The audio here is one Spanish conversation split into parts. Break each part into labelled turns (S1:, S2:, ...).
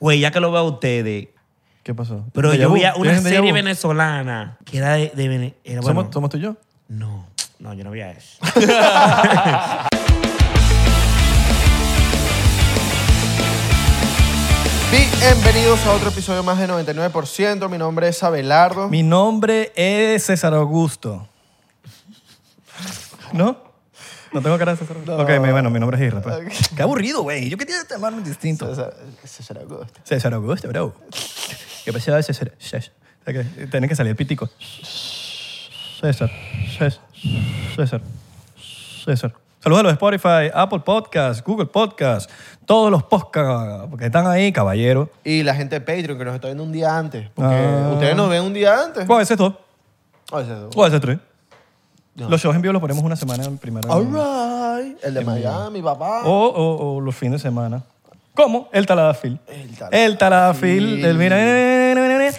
S1: Güey, ya que lo veo a ustedes.
S2: ¿Qué pasó?
S1: Pero
S2: Déjà
S1: yo
S2: vu.
S1: vi a una
S2: ¿Tienes déjà
S1: serie
S2: vu?
S1: venezolana que era de, de Vene- era, bueno,
S2: ¿Somos, somos tú y yo?
S1: No, no, yo no veía eso.
S3: Bienvenidos a otro episodio más de 99%. Mi nombre es Abelardo.
S4: Mi nombre es César Augusto. ¿No? No tengo cara de César Augusto. Ok, mi- bueno, mi nombre es Isra. pues. Qué aburrido, güey. Yo quería llamarme distinto. César,
S3: César- César
S4: Augusto,
S3: Augusto.
S4: bro. ¿Qué pasaba de César? César. O sea que Tiene que salir el pitico. César. César. César. César. Saludos a los Spotify, Apple Podcasts, Google Podcasts, todos los podcasts que están ahí, caballero.
S3: Y la gente de Patreon que nos está viendo un día antes. Porque
S4: Ah.
S3: ustedes nos ven un día antes.
S4: ¿Cuál es Pues, esto?
S3: Oh, ese es-
S4: ¿Cuál es esto?
S3: No.
S4: Los shows en vivo los ponemos una semana en primera.
S3: All right. El de Miami, papá.
S4: O, o- o los fines de semana. ¿Cómo? El taladafil.
S3: El taladafil.
S4: El taladafil. El mira.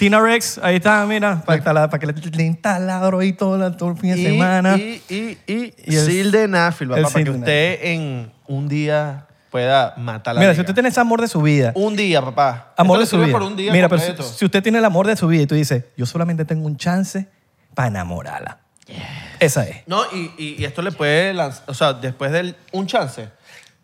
S4: Tina Rex, ahí está, mira, para que le den taladro y todo la- todo el fin de
S3: Y-
S4: semana.
S3: Y, y, y,
S4: Y el-
S3: Sildenafil, papá.
S4: el
S3: Para que
S4: Sildenafil.
S3: usted en un día pueda matar la
S4: Mira, si
S3: liga.
S4: usted tiene ese amor de su vida,
S3: Un día, papá.
S4: amor
S3: Esto
S4: de su
S3: le sirve
S4: vida.
S3: por un día
S4: mira,
S3: completo.
S4: pero si, si usted tiene el amor de su vida y tú dices, yo solamente tengo un chance para enamorarla. Esa es.
S3: No, y, y- y esto le puede lanzar, o sea, después del un chance.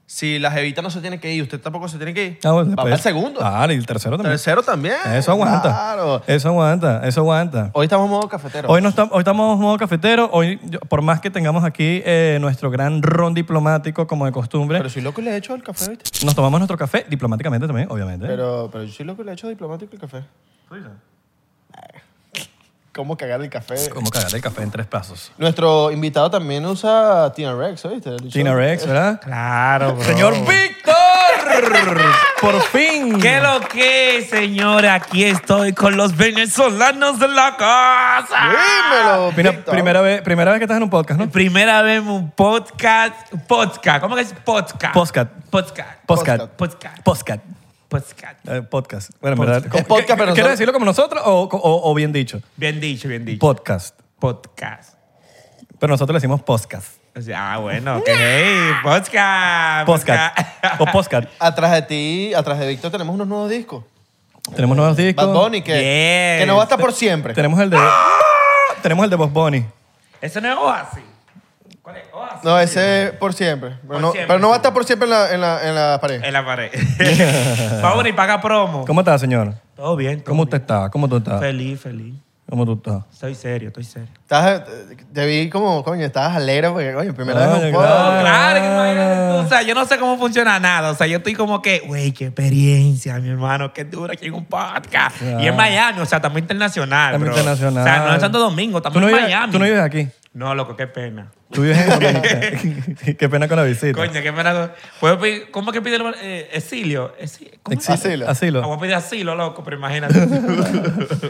S3: Si la jevita no se tiene que ir, usted tampoco se tiene que ir.
S4: Ah, bueno,
S3: va
S4: pues.
S3: para el segundo.
S4: Claro, y el tercero también.
S3: Tercero también.
S4: Eso aguanta.
S3: Claro.
S4: Eso aguanta, eso aguanta.
S3: Hoy estamos en modo cafetero.
S4: Hoy, no ¿eh? estamos, hoy estamos modo cafetero. Hoy, yo- por más que tengamos aquí eh, nuestro gran ron diplomático, como de costumbre,
S3: Pero soy loco y le he hecho al café, ¿viste?
S4: nos tomamos nuestro café diplomáticamente también, obviamente.
S3: Pero, pero yo soy loco y le he hecho diplomático el café. Eh, ¿Cómo cagar el café?
S4: Como cagar el café en tres pasos.
S3: Nuestro invitado también usa Tina Rex, ¿oíste? El
S4: Tina
S3: show.
S4: Rex, ¿verdad?
S1: Claro, bro.
S4: Señor Víctor, por fin.
S1: ¿Qué lo que, es, señores? Aquí estoy con los venezolanos de la casa.
S3: Dímelo,
S4: Mira,
S3: Víctor.
S4: primera vez, primera vez que estás en un podcast, ¿no?
S1: Primera vez en un podcast. Podcast. ¿Cómo que es podcast?
S4: Podcast.
S1: Podcast.
S4: Podcast.
S1: Podcast.
S4: Podcast.
S1: Podcast.
S4: Eh, podcast. Bueno, en verdad.
S3: Es podcast, pero
S4: ¿Quieres
S3: nosotros-
S4: decirlo como nosotros o, o- o bien dicho?
S1: Bien dicho, bien dicho.
S4: Podcast.
S1: podcast.
S4: Pero nosotros le decimos podcast.
S1: O sea, ah, bueno, ok. Podcast.
S4: Podcast. o podcast.
S3: Atrás de ti, atrás de Víctor, tenemos unos nuevos discos.
S4: Tenemos nuevos discos.
S3: Bad Bunny, que,
S1: Yes.
S3: que no va a estar por siempre.
S4: Tenemos el de.
S3: ¡Ah!
S4: Tenemos el de Bob Bunny.
S1: Eso no es Oasis. ¿Cuál es? Oasis.
S3: No, ese es por siempre. Pero,
S1: Por
S3: no,
S1: siempre,
S3: pero no va
S1: sí.
S3: a
S1: Eh.
S3: estar por siempre en la, en la, en la pared.
S1: En la pared. Vamos y paga promo.
S4: ¿Cómo estás, señor?
S1: Todo bien. todo
S4: ¿Cómo usted
S1: bien.
S4: está? ¿Cómo tú estás?
S1: Feliz, feliz.
S4: ¿Cómo tú estás?
S1: Estoy serio, estoy serio.
S3: Estabas- eh, te vi como, coño, estabas alegre porque, coño, primera vez
S4: Coño,
S3: en un
S4: claro.
S1: No,
S3: podcast.
S1: Oh, claro, que imagínate tú, O sea, yo no sé cómo funciona nada. O sea, yo estoy como que, güey, qué experiencia, mi hermano, qué dura aquí en un podcast. Y en Miami, o sea, estamos internacional.
S4: Estamos
S1: Ah, bro.
S4: internacional.
S1: O sea, no es Santo Domingo, estamos
S4: ¿Tú no
S1: en
S4: vives-
S1: Miami.
S4: Tú no vives aquí.
S1: No, loco, qué pena.
S4: Tú vives en Dominica. Qué pena con la visita.
S1: Coño, qué pena. ¿Puedo pedir- ¿Cómo que pide el eh, exilio? Exi- ¿Cómo es?
S4: Exi-
S3: Asilo.
S1: Ah,
S4: Asilo.
S1: Voy a pedir asilo, loco, pero imagínate.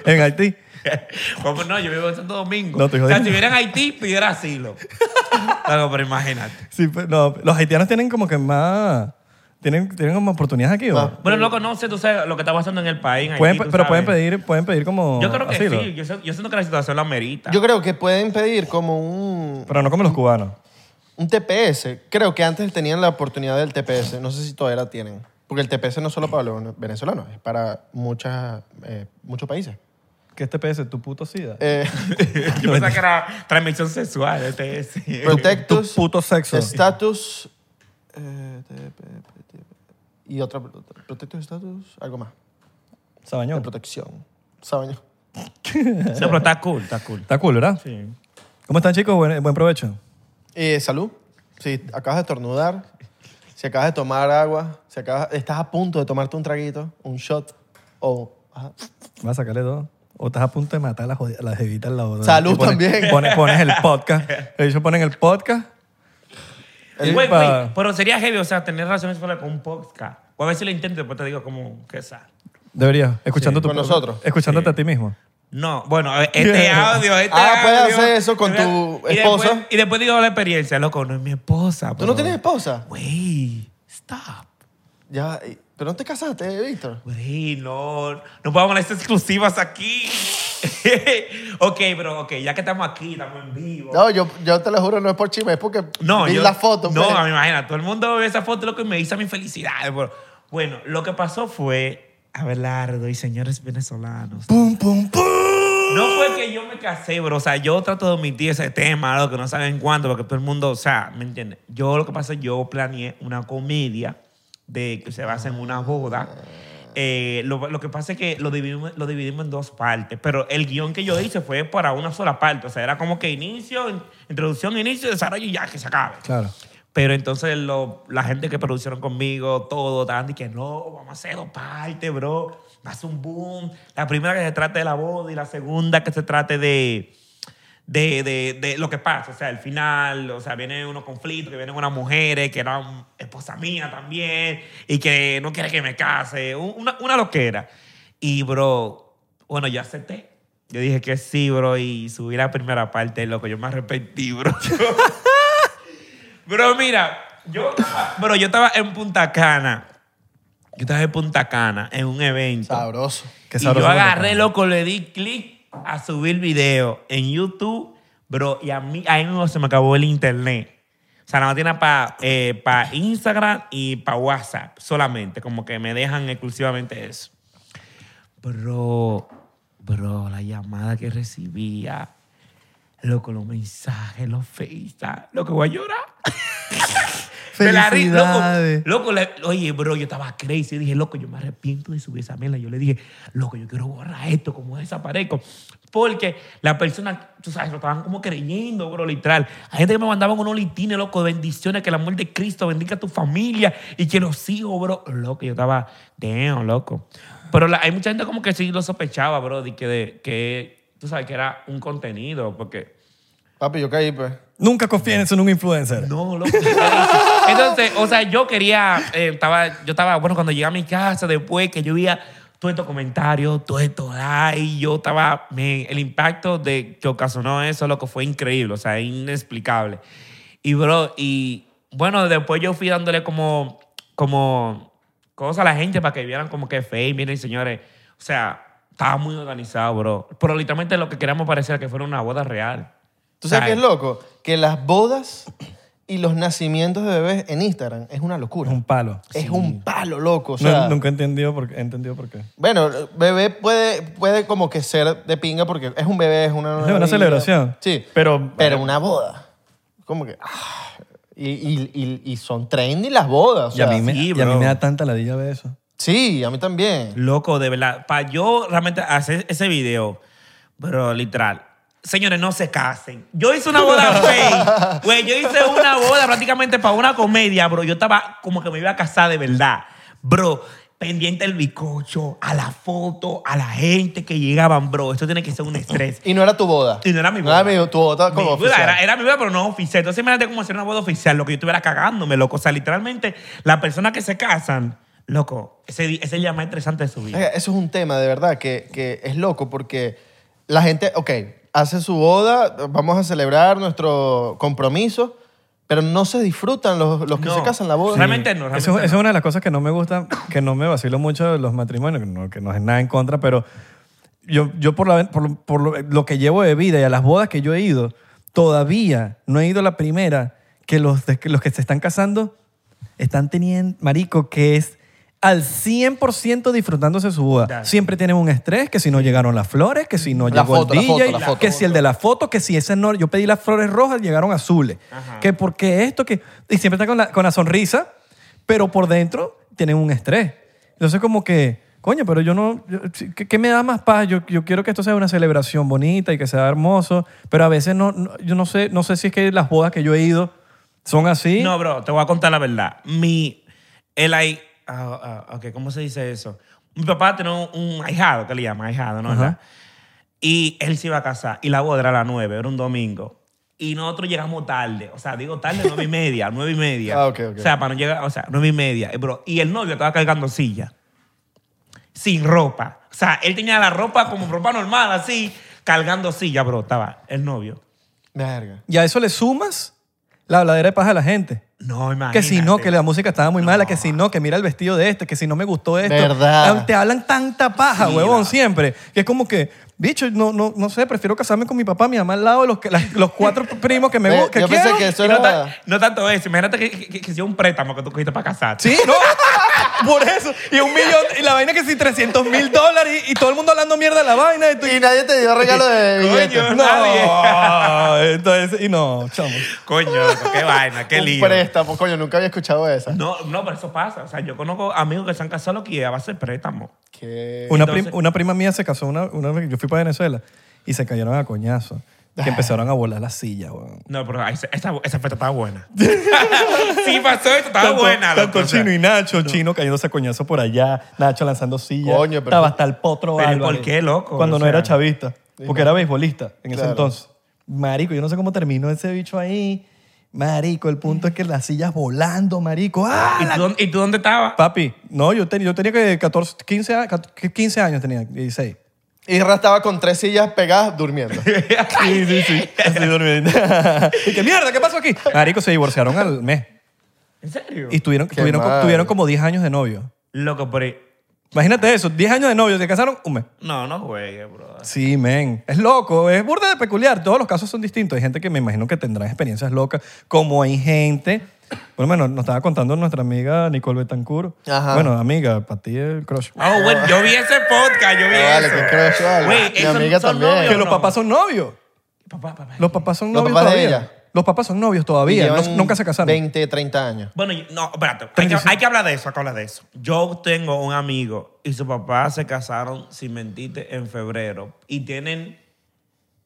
S4: En Haití.
S1: ¿Cómo no? Yo vivo en Santo Domingo.
S4: No, te
S1: o sea,
S4: jodí.
S1: si viviera en Haití, pidiera asilo. Loco, pero imagínate.
S4: Sí, pues, no, los haitianos tienen como que más. Tienen, tienen como oportunidades aquí, ¿o?
S3: Más.
S1: Bueno, loco, no sé, tú sabes lo que está pasando en el país. en
S4: Pueden-
S1: Haití, tú
S4: pero pueden
S1: sabes.
S4: pedir, pueden pedir como.
S1: Yo creo que
S4: asilo.
S1: sí. Yo, sé- yo siento que la situación la amerita.
S3: Yo creo que pueden pedir como un,
S4: Pero no como los cubanos.
S3: un TPS. Creo que antes tenían la oportunidad del TPS. No sé si todavía la tienen. Porque el TPS no es solo para los venezolanos, es para muchas, eh, muchos países.
S4: ¿Qué es TPS? este ¿Tu puto sida?
S3: Eh,
S1: Yo pensaba que era transmisión sexual, este es.
S3: Protectus.
S4: Tu puto sexo.
S3: Status. eh, TP, y otra. Protectus status. Algo más. De
S4: Sabañón.
S3: protección. Sabaño.
S1: No, pero está cool, está cool.
S4: Está cool, ¿verdad?
S1: Sí.
S4: ¿Cómo están, chicos? Buen, buen provecho.
S3: Eh, salud. Si acabas de estornudar, si acabas de tomar agua, si acabas, estás a punto de tomarte un traguito, un shot o... ajá.
S4: Vas a sacarle dos. O estás a punto de matar a la, jodida- la jevita al lado.
S3: Salud
S4: Y pones-
S3: también.
S4: Pones, pones el podcast. Ellos ponen el podcast.
S1: Güey,
S4: El
S1: güey,
S4: Eh, pa-
S1: pero sería heavy, o sea, tener relaciones sexuales con un podcast. O a ver si lo intento y después te digo como que esa.
S4: Deberías. Escuchando tu
S3: con
S4: po-
S3: nosotros.
S4: Escuchándote a ti mismo.
S1: No, bueno, a ver, este audio, este
S3: Ah, puedes
S1: audio.
S3: hacer eso con tu
S1: Y
S3: esposa.
S1: después- y después digo la experiencia, loco, no es mi esposa.
S3: ¿Tú no tienes esposa?
S1: Güey, stop.
S3: Ya, y- pero no te casaste, Víctor.
S1: Güey, no, no podemos hablar de estas exclusivas aquí. ok, bro, ok, ya que estamos aquí, estamos en vivo.
S3: No, yo, yo te lo juro, no es por chisme, es porque
S1: No,
S3: vi
S1: yo-
S3: la foto.
S1: No,
S3: pues.
S1: me imagino. Todo el mundo ve esa foto, loco, y me dice mi felicidad. Bro. Bueno, lo que pasó fue, Abelardo y señores venezolanos,
S4: ¡Pum, pum, pum!
S1: no fue que yo me casé, bro. O sea, yo trato de omitir ese tema, lo que no saben cuánto, porque todo el mundo, o sea, ¿me entiendes? Yo lo que pasa es que yo planeé una comedia de que se basa en una boda. Eh, lo, lo que pasa es que lo dividimos, lo dividimos en dos partes, pero el guión que yo hice fue para una sola parte. O sea, era como que inicio, in- introducción, inicio, desarrollo y ya, que se acabe.
S4: Claro.
S1: Pero entonces lo- la gente que produjeron conmigo, todo, estaban que no, vamos a hacer dos partes, bro. Va a ser un boom. La primera que se trate de la boda y la segunda que se trate de, de, de, de lo que pasa. O sea, el final, o sea, vienen unos conflictos, que vienen unas mujeres que eran esposa mía también y que no quiere que me case. Un- Una, una loquera. Y, bro, bueno, yo acepté. Yo dije que sí, bro, y subí la primera parte, loco. Yo me arrepentí, bro. Bro, mira, yo, estaba- bro, yo estaba en Punta Cana. Yo estaba en Punta Cana en un evento.
S3: Sabroso.
S4: Qué
S1: y
S4: sabroso
S1: yo agarré,
S4: que-
S1: loco, le di clic a subir video en YouTube, bro, y a mí, ahí mismo se me acabó el internet. O sea, nada más tiene para Instagram y para WhatsApp solamente. Como que me dejan exclusivamente eso. Bro, bro, la llamada que recibía, loco, los mensajes, los FaceTime, loco, voy a llorar. De la ri-
S4: Felicidades.
S1: Loco, loco, le- oye, bro, yo estaba crazy. Dije, loco, yo me arrepiento de subir esa mierda. Yo le dije, loco, yo quiero borrar esto, como desaparezco. Porque la persona, tú sabes, lo estaban como creyendo, bro, literal. Hay gente que me mandaban unos litines, loco, de bendiciones, que el amor de Cristo bendiga a tu familia y que los hijos, bro. Loco, yo estaba, damn, loco. Pero la- hay mucha gente como que sí lo sospechaba, bro, de que, de, que tú sabes, que era un contenido, porque...
S3: Papi, yo caí, pues.
S4: Nunca confíen en un influencer.
S1: No, loco. Entonces, o sea, yo quería, eh, estaba, yo estaba, bueno, cuando llegué a mi casa, después que yo veía este todos estos comentarios, todos estos likes, yo estaba, me- el impacto de que ocasionó eso, loco, fue increíble, o sea, inexplicable. Y, bro, y bueno, después yo fui dándole como, como cosas a la gente para que vieran como que fe, miren, señores, o sea, estaba muy organizado, bro. Pero literalmente lo que queríamos parecía que fuera una boda real.
S3: ¿Tú sabes
S1: O sea,
S3: qué es loco? Que las bodas y los nacimientos de bebés en Instagram es una locura.
S4: Es un palo.
S3: Es un palo, loco. O
S4: No,
S3: sea,
S4: nunca he entendido por, qué- he entendido por qué.
S3: Bueno, bebé puede, puede como que ser de pinga porque es un bebé, es una...
S4: Es una celebración.
S3: Sí.
S4: Pero-
S3: Pero una boda. Como que... ah, y, y, y, y son trendy las bodas. o
S4: y, a
S3: sea,
S4: mí me,
S1: sí,
S4: y a mí
S1: bro.
S4: me da tanta ladilla ver eso.
S3: Sí, a mí también.
S1: Loco, de verdad. Para yo realmente hacer ese video, pero literal. Señores, no se casen. Yo hice una boda fake. Güey, yo hice una boda prácticamente para una comedia, bro. Yo estaba como que me iba a casar de verdad. Bro, pendiente el bicocho, a la foto, a la gente que llegaban, bro. Esto tiene que ser un estrés.
S3: Y no era tu boda.
S1: Y no era mi
S3: No
S1: boda.
S3: era mi- tu boda como
S1: Mi boda
S3: oficial.
S1: Era, era mi boda, pero no oficial. Entonces imagínate como hacer una boda oficial, lo que yo estuviera cagándome, loco. O sea, literalmente, las personas que se casan, loco, ese, di- ese día más interesante de su vida.
S3: Oiga, Eso es un tema de verdad que, que es loco porque la gente, ok, hace su boda, vamos a celebrar nuestro compromiso, pero no se disfrutan los, los que
S1: No,
S3: se casan la boda.
S1: Realmente no,
S4: Eso-
S1: realmente
S4: Esa
S1: no.
S4: es una de las cosas que no me gusta, que no me vacilo mucho de los matrimonios, que no, que no es nada en contra, pero yo, yo por, la- por lo- por lo, lo que llevo de vida y a las bodas que yo he ido, todavía no he ido a la primera que los, de- que los que se están casando están teniendo, marico, que es al 100% disfrutándose su boda.
S1: Dale.
S4: Siempre tienen un estrés, que si no llegaron las flores, que si no
S3: La
S4: llegó
S3: foto,
S4: el
S3: la
S4: DJ,
S3: foto, la foto.
S4: que si el de la foto, que si ese no, yo pedí las flores rojas, llegaron azules.
S1: Ajá.
S4: Que porque esto, que... Y siempre está con la, con la sonrisa, pero por dentro tienen un estrés. Entonces como que, coño, pero yo no... yo- si- ¿qué, qué me da más paz? Yo, yo quiero que esto sea una celebración bonita y que sea hermoso, pero a veces no, no- yo no sé, no sé si es que las bodas que yo he ido son así.
S1: No, bro, te voy a contar la verdad. Mi. El ahí. ah, ah, ok, ¿cómo se dice eso? Mi papá tenía un, un ahijado, que le llaman ahijado, ¿no?
S4: Ajá.
S1: ¿Verdad? Y él se iba a casar. Y la boda era a las 9, era un domingo. Y nosotros llegamos tarde. O sea, digo tarde, nueve y media, nueve y media.
S3: Ah, ok, ok.
S1: O sea, para no llegar, o sea, nueve y media. eh, Bro. Y el novio estaba cargando silla. Sin ropa. O sea, él tenía la ropa como ropa normal, así, cargando silla, bro. Estaba el novio.
S3: Verga.
S4: Y a eso le sumas la habladera de paz de la gente.
S1: No, imagínate.
S4: Que si no, que la música estaba muy mala, que si no, que mira el vestido de este, que si no me gustó esto.
S3: Verdad.
S4: Te hablan tanta paja,
S1: Sí,
S4: huevón,
S1: va.
S4: siempre. Que es como que, bicho, no, no, no sé, prefiero casarme con mi papá, mi mamá al lado de los, que- las- los cuatro primos que me
S3: Ve,
S4: gustan. Que
S3: yo
S4: quiero.
S3: pensé que eso
S1: Y no,
S3: era...
S1: tan- no tanto eso. Imagínate que, que, que sea un préstamo que tú cogiste para casarte.
S4: Sí, no. Por eso. Y un millón. Y la vaina que si 300 mil dólares y, y todo el mundo hablando mierda de la vaina. Y tú,
S3: Y nadie te dio regalo de
S1: Coño.
S3: billete.
S1: no,
S4: no. Entonces, y no, chamo.
S1: Coño, loco, qué vaina, qué
S3: Un
S1: lío.
S3: préstamo, coño, nunca había escuchado esa.
S1: No, no, pero eso pasa. O sea, yo conozco amigos que se han casado que a base de préstamo.
S3: ¿Qué?
S4: Una,
S1: Entonces-
S4: prim- una prima mía se casó una, una vez que yo fui para Venezuela y se cayeron a coñazo. Que empezaron a volar la silla, weón.
S1: No, pero esa, esa, esa fiesta estaba buena. sí, pasó esto, estaba
S4: Tanto-
S1: buena. loco,
S4: Tanto
S1: o sea.
S4: Chino y Nacho, Chino cayéndose a coñazo por allá, Nacho lanzando sillas.
S3: Coño, pero-
S4: Estaba hasta el potro
S1: Pero ¿y
S4: Álvarez.
S1: por qué, loco?
S4: Cuando
S1: O
S4: no
S1: sea-
S4: era chavista, porque era beisbolista en ese
S3: Claro.
S4: entonces. Marico, yo no sé cómo terminó ese bicho ahí. Marico, el punto es que las sillas volando, marico. ¡Ah!
S1: ¿Y tú, dónde- y tú dónde estabas?
S4: Papi, no, yo, ten- yo tenía que 14, 15, a- 15 años tenía, 16.
S3: Isra estaba con tres sillas pegadas durmiendo.
S4: Sí, sí, sí. Así durmiendo. y que mierda, ¿qué pasó aquí? Marico, se divorciaron al mes.
S1: ¿En serio?
S4: Y tuvieron,
S3: Qué
S4: tuvieron,
S3: mal.
S4: tuvieron como 10 años de novio.
S1: Loco, pero...
S4: Imagínate eso, 10 años de novio, se casaron un mes.
S1: No, no juegues, bro.
S4: Sí, men. Es loco, es burda de peculiar. Todos los casos son distintos. Hay gente que me imagino que tendrán experiencias locas, como hay gente. Bueno, bueno, nos estaba contando nuestra amiga Nicole Betancourt.
S3: Ajá.
S4: Bueno, amiga, para ti el crush.
S1: Ah, bueno, yo vi ese podcast, yo vi
S3: Ah, Vale,
S1: eso.
S3: que crush, vale.
S1: Güey,
S3: Mi
S1: esos
S3: amiga
S1: son
S3: también.
S1: novios,
S4: Que los
S1: no.
S4: papás son novios.
S1: Papá, papá.
S4: Los papás son
S3: Los
S4: novios
S3: papás de
S4: todavía.
S3: ella.
S4: Los papás son novios todavía.
S3: Y
S4: No-
S3: llevan
S4: nunca se casaron.
S3: 20, 30 años.
S1: Bueno, yo- no, espérate. Hay que,
S4: 35.
S1: hay que hablar de eso, hay que hablar de eso. Yo tengo un amigo y su papá se casaron, sin mentirte, en febrero. Y tienen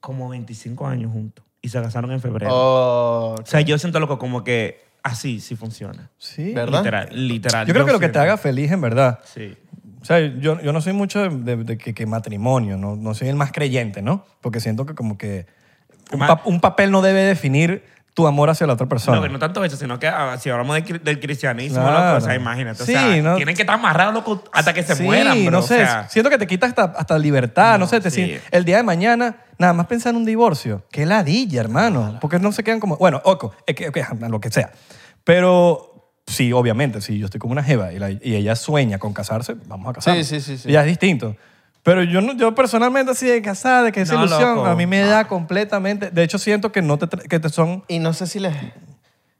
S1: como 25 años juntos. Y se casaron en febrero.
S3: Oh,
S1: O sea, yo siento loco como que así sí funciona.
S4: Sí.
S3: Ver- ¿Verdad?
S1: Literal, literal.
S4: Yo creo que lo que te
S1: siento-
S4: haga feliz, en verdad.
S1: Sí.
S4: O sea, yo, yo no soy mucho de, de- de que, que matrimonio, no, no soy el más creyente, ¿no? Porque siento que como que un,
S1: Ma-
S4: pa- un papel no debe definir tu amor hacia la otra persona.
S1: No, que no tanto eso, sino que ah, si hablamos de cri- del cristianismo,
S4: Claro.
S1: loco, o sea, imagínate.
S4: Sí,
S1: o sea,
S4: no-
S1: tienen que estar amarrados, loco, hasta que se
S4: Sí,
S1: mueran, bro,
S4: no
S1: o
S4: sé,
S1: sea.
S4: siento que te quita hasta, hasta libertad, no, sé, te
S1: sí.
S4: sien- el día de mañana, nada más pensar en un divorcio, qué ladilla, hermano, porque no se quedan como, bueno, oco, es que- que- lo que sea, pero sí, obviamente, si yo estoy con una jeva y, la- y ella sueña con casarse, vamos a casarnos.
S3: Sí, sí, sí, sí.
S4: Ya es distinto. Pero yo, no- yo personalmente así de casada, de que esa
S1: No,
S4: ilusión,
S1: loco. Ah.
S4: a mí me da completamente, de hecho siento que no te, tra- que te son
S3: y no sé si les,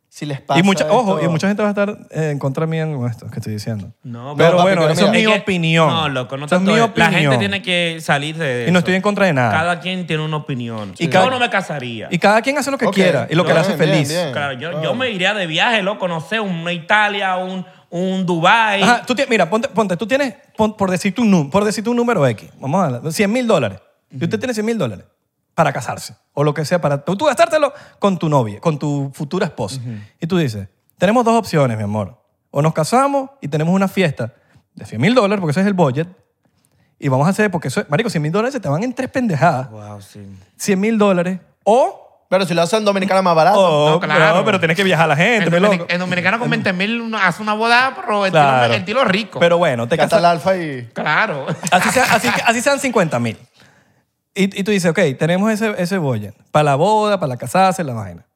S3: si les pasa.
S4: y mucha, ojo, y
S3: esto.
S4: mucha gente va a estar eh, en contra mía con esto que estoy diciendo.
S1: No,
S4: pero
S3: pero papi,
S4: bueno,
S3: pero
S4: esa es mi
S3: mira,
S1: que-
S4: opinión.
S1: No, loco, no
S4: Esa es
S1: tanto.
S4: mi
S1: La
S4: opinión.
S1: gente tiene que salir de
S4: Y
S1: eso.
S4: no estoy en contra de nada.
S1: Cada quien tiene una opinión.
S4: Y
S1: yo
S4: cada-
S1: no me casaría.
S4: Y cada quien hace lo que
S3: Ok,
S4: quiera y lo que le
S3: bien,
S4: hace
S3: bien,
S4: feliz.
S3: bien.
S1: claro, yo, yo me iría de viaje, loco, no sé, una Italia, un, un Dubái.
S4: Ajá, tú ti- mira, ponte, ponte, tú tienes, pon- por, decirte un, nu- por decirte un número X, vamos a hablar, 100 mil dólares. Y usted tiene 100 mil dólares para casarse o lo que sea, para tú, tú gastártelo con tu novia, con tu futura esposa. Y tú dices, tenemos dos opciones, mi amor. O nos casamos y tenemos una fiesta de 100 mil dólares, porque ese es el budget, y vamos a hacer, porque eso, es- marico, 100 mil dólares se te van en tres pendejadas.
S1: Wow, sí.
S4: 100 mil dólares o...
S3: Pero si lo hacen dominicana más barato.
S4: o-
S1: Ah, no, claro.
S4: no, pero tienes que viajar a la gente,
S1: El,
S4: mi
S1: dominic-
S4: loco.
S1: el dominicano con 20 mil hace una boda, pero el,
S4: Claro.
S1: tiro, el tiro rico.
S4: Pero bueno, te
S3: Cata
S4: casas,
S3: el alfa y...
S1: claro.
S4: Así, sea- así, así sean 50 mil. Y, y tú dices, ok, tenemos ese, ese budget para la boda, para la casarse, la vaina.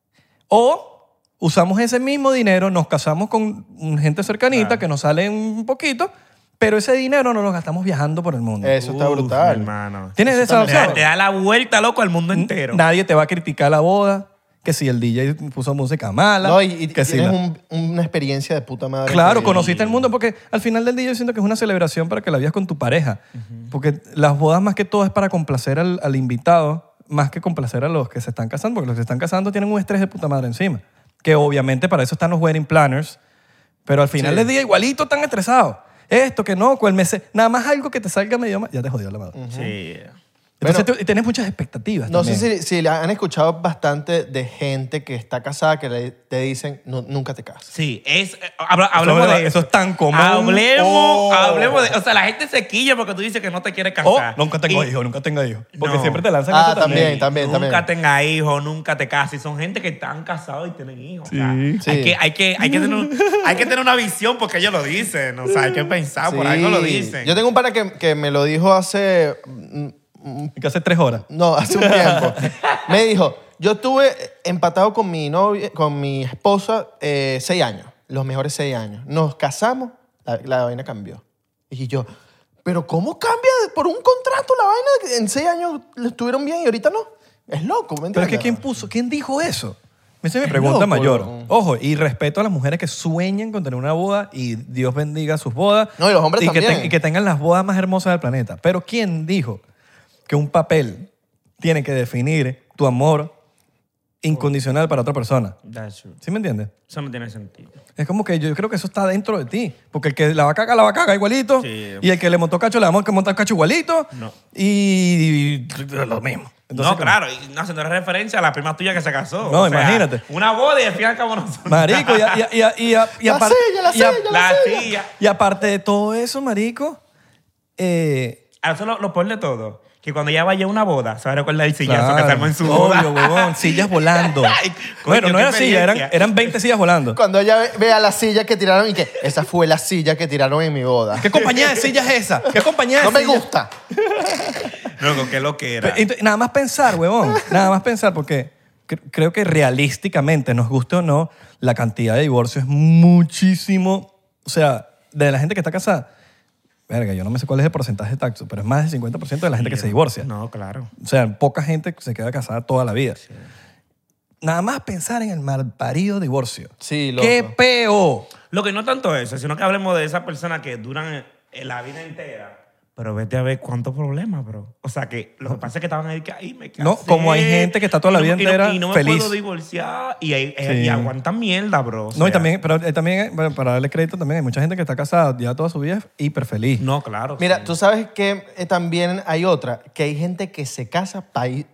S4: O usamos ese mismo dinero, nos casamos con un gente cercanita que nos sale un poquito, pero ese dinero no lo gastamos viajando por el mundo.
S3: Eso está
S1: Uf,
S3: brutal.
S1: mi hermano.
S4: ¿Tienes
S3: eso
S4: esa
S1: Te da-
S4: opción?
S1: te da la vuelta, loco, al mundo entero.
S4: Nadie te va a criticar la boda, que si el DJ puso música mala.
S3: No, y, y
S4: que si
S3: tienes
S4: la-
S3: un- una experiencia de puta madre.
S4: Claro,
S3: que-
S4: conociste el mundo porque al final del día yo siento que es una celebración para que la vivas con tu pareja. Porque las bodas más que todo es para complacer al, al invitado, más que complacer a los que se están casando, porque los que se están casando tienen un estrés de puta madre encima. Que obviamente para eso están los wedding planners, pero al final del día igualito están estresados. Esto, que no, cuál mes, nada más algo que te salga medio mal, ya te jodió la madre.
S1: Sí.
S4: Entonces tú- y tienes muchas expectativas.
S3: Mm. No sé
S4: Ah, también.
S3: si, si la han escuchado bastante de gente que está casada que le- te dicen, "No, nunca te cases.
S1: Sí, es, eh, habla- hablemos
S4: Eso-
S1: de
S4: eso es tan común.
S1: Hablemos,
S4: Oh.
S1: hablemos de, o sea, la gente se quilla porque tú dices que no te quieres
S4: O
S1: casar.
S4: nunca tengo
S1: Y-
S4: hijos, nunca tengo hijos. Porque
S1: No.
S4: siempre te lanzan
S3: Ah,
S4: eso
S3: también, también,
S1: nunca
S3: también.
S1: tenga hijos, nunca te cases. Son gente que están casados y tienen hijos. o sea,
S4: Sí.
S3: Sí.
S1: Hay, que, hay, que, hay, que tener, un- hay que tener una visión porque ellos lo dicen. O sea, hay que pensar, Ah, por
S3: Sí.
S1: algo lo dicen.
S3: Yo tengo un pana que, que me lo dijo hace... mm, mm,
S4: Que hace tres horas.
S3: No, hace un tiempo. me dijo, yo estuve empatado con mi novia, con mi esposa, eh, seis años. Los mejores seis años. Nos casamos, la, la vaina cambió. Y yo, ¿pero cómo cambia de- por un contrato la vaina? que En seis años lo estuvieron bien y ahorita no. Es loco, ¿me
S4: Pero es
S3: entiendes?
S4: que ¿quién puso? ¿Quién dijo eso? Esa es mi pregunta
S3: loco,
S4: mayor.
S3: loco.
S4: Ojo, y respeto a las mujeres que sueñan con tener una boda y Dios bendiga sus bodas.
S3: No, y los hombres
S4: que
S3: también.
S4: ten- y que tengan las bodas más hermosas del planeta. Pero ¿quién dijo que un papel tiene que definir tu amor incondicional para otra persona?
S1: That's true.
S4: ¿Sí me entiendes?
S1: Eso no tiene sentido.
S4: Es como que yo creo que eso está dentro de ti. Porque el que la va a cagar, la va a cagar igualito.
S1: Sí.
S4: Y el que le montó cacho, le vamos a montar cacho igualito.
S1: No.
S4: Y, y- lo mismo. Entonces,
S1: no, claro, y no haciendo referencia a la prima tuya que se casó.
S4: No, imagínate.
S1: Una boda y al final como nosotros.
S4: Marico, y, a- y, a- y, a- y, a- y
S3: La
S4: aparte-
S3: silla, la
S4: y a-
S3: silla.
S1: La tía.
S4: y aparte de todo eso, marico, eh,
S1: Ahora eso lo, lo peor de todo, que cuando ella vaya a una boda, se va a recordar el sillazo que
S4: claro,
S1: se armó en su boda.
S4: obvio, huevón, sillas volando.
S1: Ay,
S4: bueno,
S1: coño,
S4: no
S1: qué
S4: eran sillas, eran,
S1: experiencia.
S4: eran 20 sillas volando.
S3: Cuando ella ve- vea la silla que tiraron y que esa fue la silla que tiraron en mi boda.
S4: ¿Qué compañía de sillas es esa? ¿Qué compañía de
S3: No me
S4: sillas?
S3: gusta.
S1: Loco, qué lo que era.
S4: Pe- ento- Nada más pensar, huevón. Nada más pensar, porque cre- creo que realísticamente, nos guste o no, la cantidad de divorcios es muchísimo. O sea, de la gente que está casada, verga, yo no me sé cuál es el porcentaje exacto, pero es más del 50% de la gente que se divorcia.
S1: No, claro.
S4: O sea, poca gente se queda casada toda la vida. Nada más pensar en el malparido divorcio.
S3: Sí, loco.
S4: ¡Qué peo!
S1: Lo que no tanto eso, sino que hablemos de esas personas que duran eh, la vida entera. Pero vete a ver cuántos problemas, bro. O sea, que lo que pasa es que estaban ahí que ahí me casé.
S4: No, como hay gente que está toda la
S1: y no-
S4: vida
S1: y no-
S4: entera
S1: Y no me
S4: feliz.
S1: puedo divorciar y, ahí- eh,
S4: Sí.
S1: y aguantan mierda, bro. O
S4: No, y
S1: sea,
S4: también, pero eh, también, eh, bueno, para darle crédito, también hay mucha gente que está casada ya toda su vida es hiper feliz.
S1: No, claro.
S3: Mira,
S1: sí.
S3: tú sabes que eh, también hay otra, que hay gente que se casa pa ir-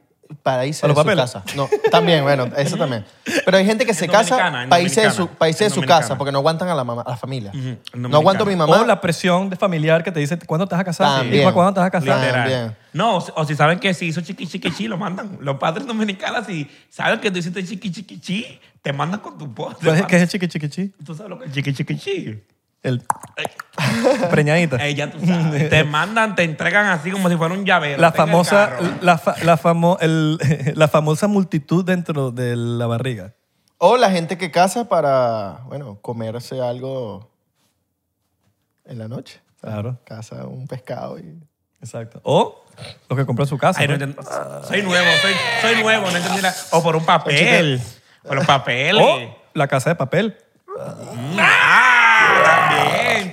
S3: para irse
S4: ¿Para
S3: de
S4: los
S3: su
S4: papeles?
S3: casa. No, también, bueno, eso también. Pero hay gente que se
S1: dominicana,
S3: casa
S1: en
S3: para irse de su,
S1: dominicana,
S3: pa irse
S1: en
S3: de su
S1: dominicana.
S3: casa porque no aguantan a la, mamá, a la familia.
S1: en
S3: No aguanto a mi mamá.
S4: O la presión de familiar que te dice, ¿cuándo te vas a casar?
S3: También.
S4: ¿Y para cuándo te vas a casar?
S3: Literal.
S1: Literal.
S3: También.
S1: No, o, si- o si saben que si hizo chiqui chiqui chi, lo mandan. Los padres dominicanos, si saben que tú hiciste chiqui chiqui chi, te mandan con tu post.
S4: ¿Cuál Pues es- ¿Qué es el chiqui chiqui chi?
S1: ¿Tú sabes lo que es chiqui chiqui chi?
S4: El preñadita.
S1: Eh, ya tú sabes. te mandan, te entregan así como si fuera un llavero.
S4: La
S1: Ten el
S4: famosa,
S1: carro.
S4: la, fa- la, famo- el- la famosa multitud dentro de la barriga.
S3: O la gente que casa para, bueno, comerse algo en la noche.
S4: Claro,
S3: Casa un pescado y...
S4: exacto. O los que compran su casa.
S1: Ay, no
S4: ¿no?
S1: entiendo. Soy nuevo, soy, soy nuevo, no entendí la- O por un papel. Por los papeles.
S4: O la casa de papel.
S1: Ah,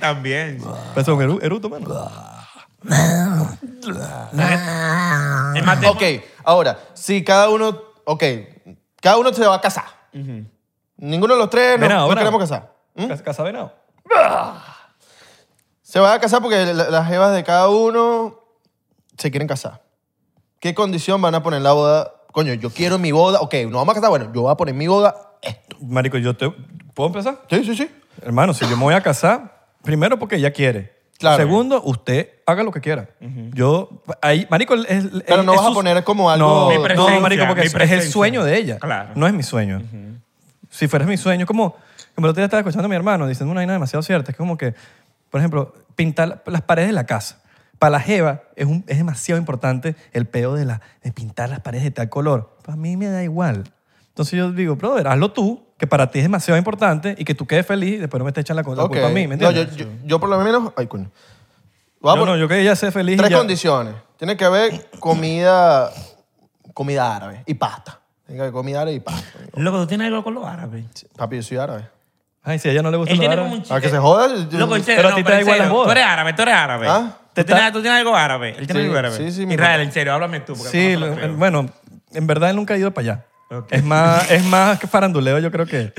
S1: también, también.
S4: Eso es un eru- eruto, mano.
S1: Es más, tengo-
S3: Ok, ahora, si cada uno, ok, cada uno se va a casar. Ninguno de los tres no,
S4: Venado,
S3: no
S4: venado.
S3: queremos casar. ¿Mm?
S4: Casa- Casa venado.
S3: Se van a casar porque la- las jevas de cada uno se quieren casar. ¿Qué condición van a poner en la boda? Coño, yo quiero mi boda. Ok, nos vamos a casar. Bueno, yo voy a poner mi boda. esto.
S4: Marico, yo te... ¿Puedo empezar?
S3: Sí, sí, sí.
S4: Hermano, si yo me voy a casar, primero porque ella quiere.
S3: Claro.
S4: Segundo, usted haga lo que quiera. Yo, ahí, marico, es- es-
S3: Pero no
S4: es
S3: vas a
S4: su-
S3: poner como algo- Mi
S4: No,
S1: presencia,
S4: no, marico, porque
S1: mi
S4: es, es el
S1: presencia.
S4: sueño de ella.
S1: Claro.
S4: No es mi sueño. Si fueras mi sueño, como, como el otro día estaba escuchando a mi hermano diciendo una vaina demasiado cierta. Es como que, por ejemplo, pintar la- las paredes de la casa. Para la jeva es, un- es demasiado importante el peo de, la, de pintar las paredes de tal color. Para mí me da igual. Entonces yo digo, brother, hazlo tú, que para ti es demasiado importante y que tú quedes feliz y después no me estés echando la, co- la
S3: Ok.
S4: culpa a mí, ¿me
S3: no,
S4: entiendes?
S3: yo, yo, yo por lo menos. Ay, coño. Voy a
S4: Yo
S3: poner
S4: no, yo que ella sea feliz y
S3: tres
S4: ya.
S3: condiciones. Tiene que haber comida, comida árabe y pasta. Tiene que haber comida árabe y pasta.
S1: Loco, tú tienes algo con los árabes.
S3: Papi, yo soy árabe.
S4: Ay, si a ella no le gusta
S1: Él
S4: lo
S1: tiene
S4: árabe.
S1: como un
S3: A que
S1: chiste.
S3: se joda. yo- yo-
S1: Loco, él tiene-
S4: Pero a
S1: no,
S4: ti te
S1: pero
S4: da
S1: en
S4: igual
S1: serio,
S4: las bodas.
S1: Tú eres árabe, tú eres árabe.
S3: ¿Ah?
S1: ¿Tú,
S4: Tú estás-
S1: tienes, tú tienes algo árabe. Él tiene
S3: Sí,
S1: algo árabe.
S3: sí, sí, mi
S1: Israel,
S3: papá.
S1: en serio, háblame tú. porque
S4: Sí,
S1: no me lo
S4: lo-
S1: creo.
S4: bueno, en verdad él nunca ha ido para allá.
S1: Ok.
S4: Es más, es más que faranduleo, yo creo que.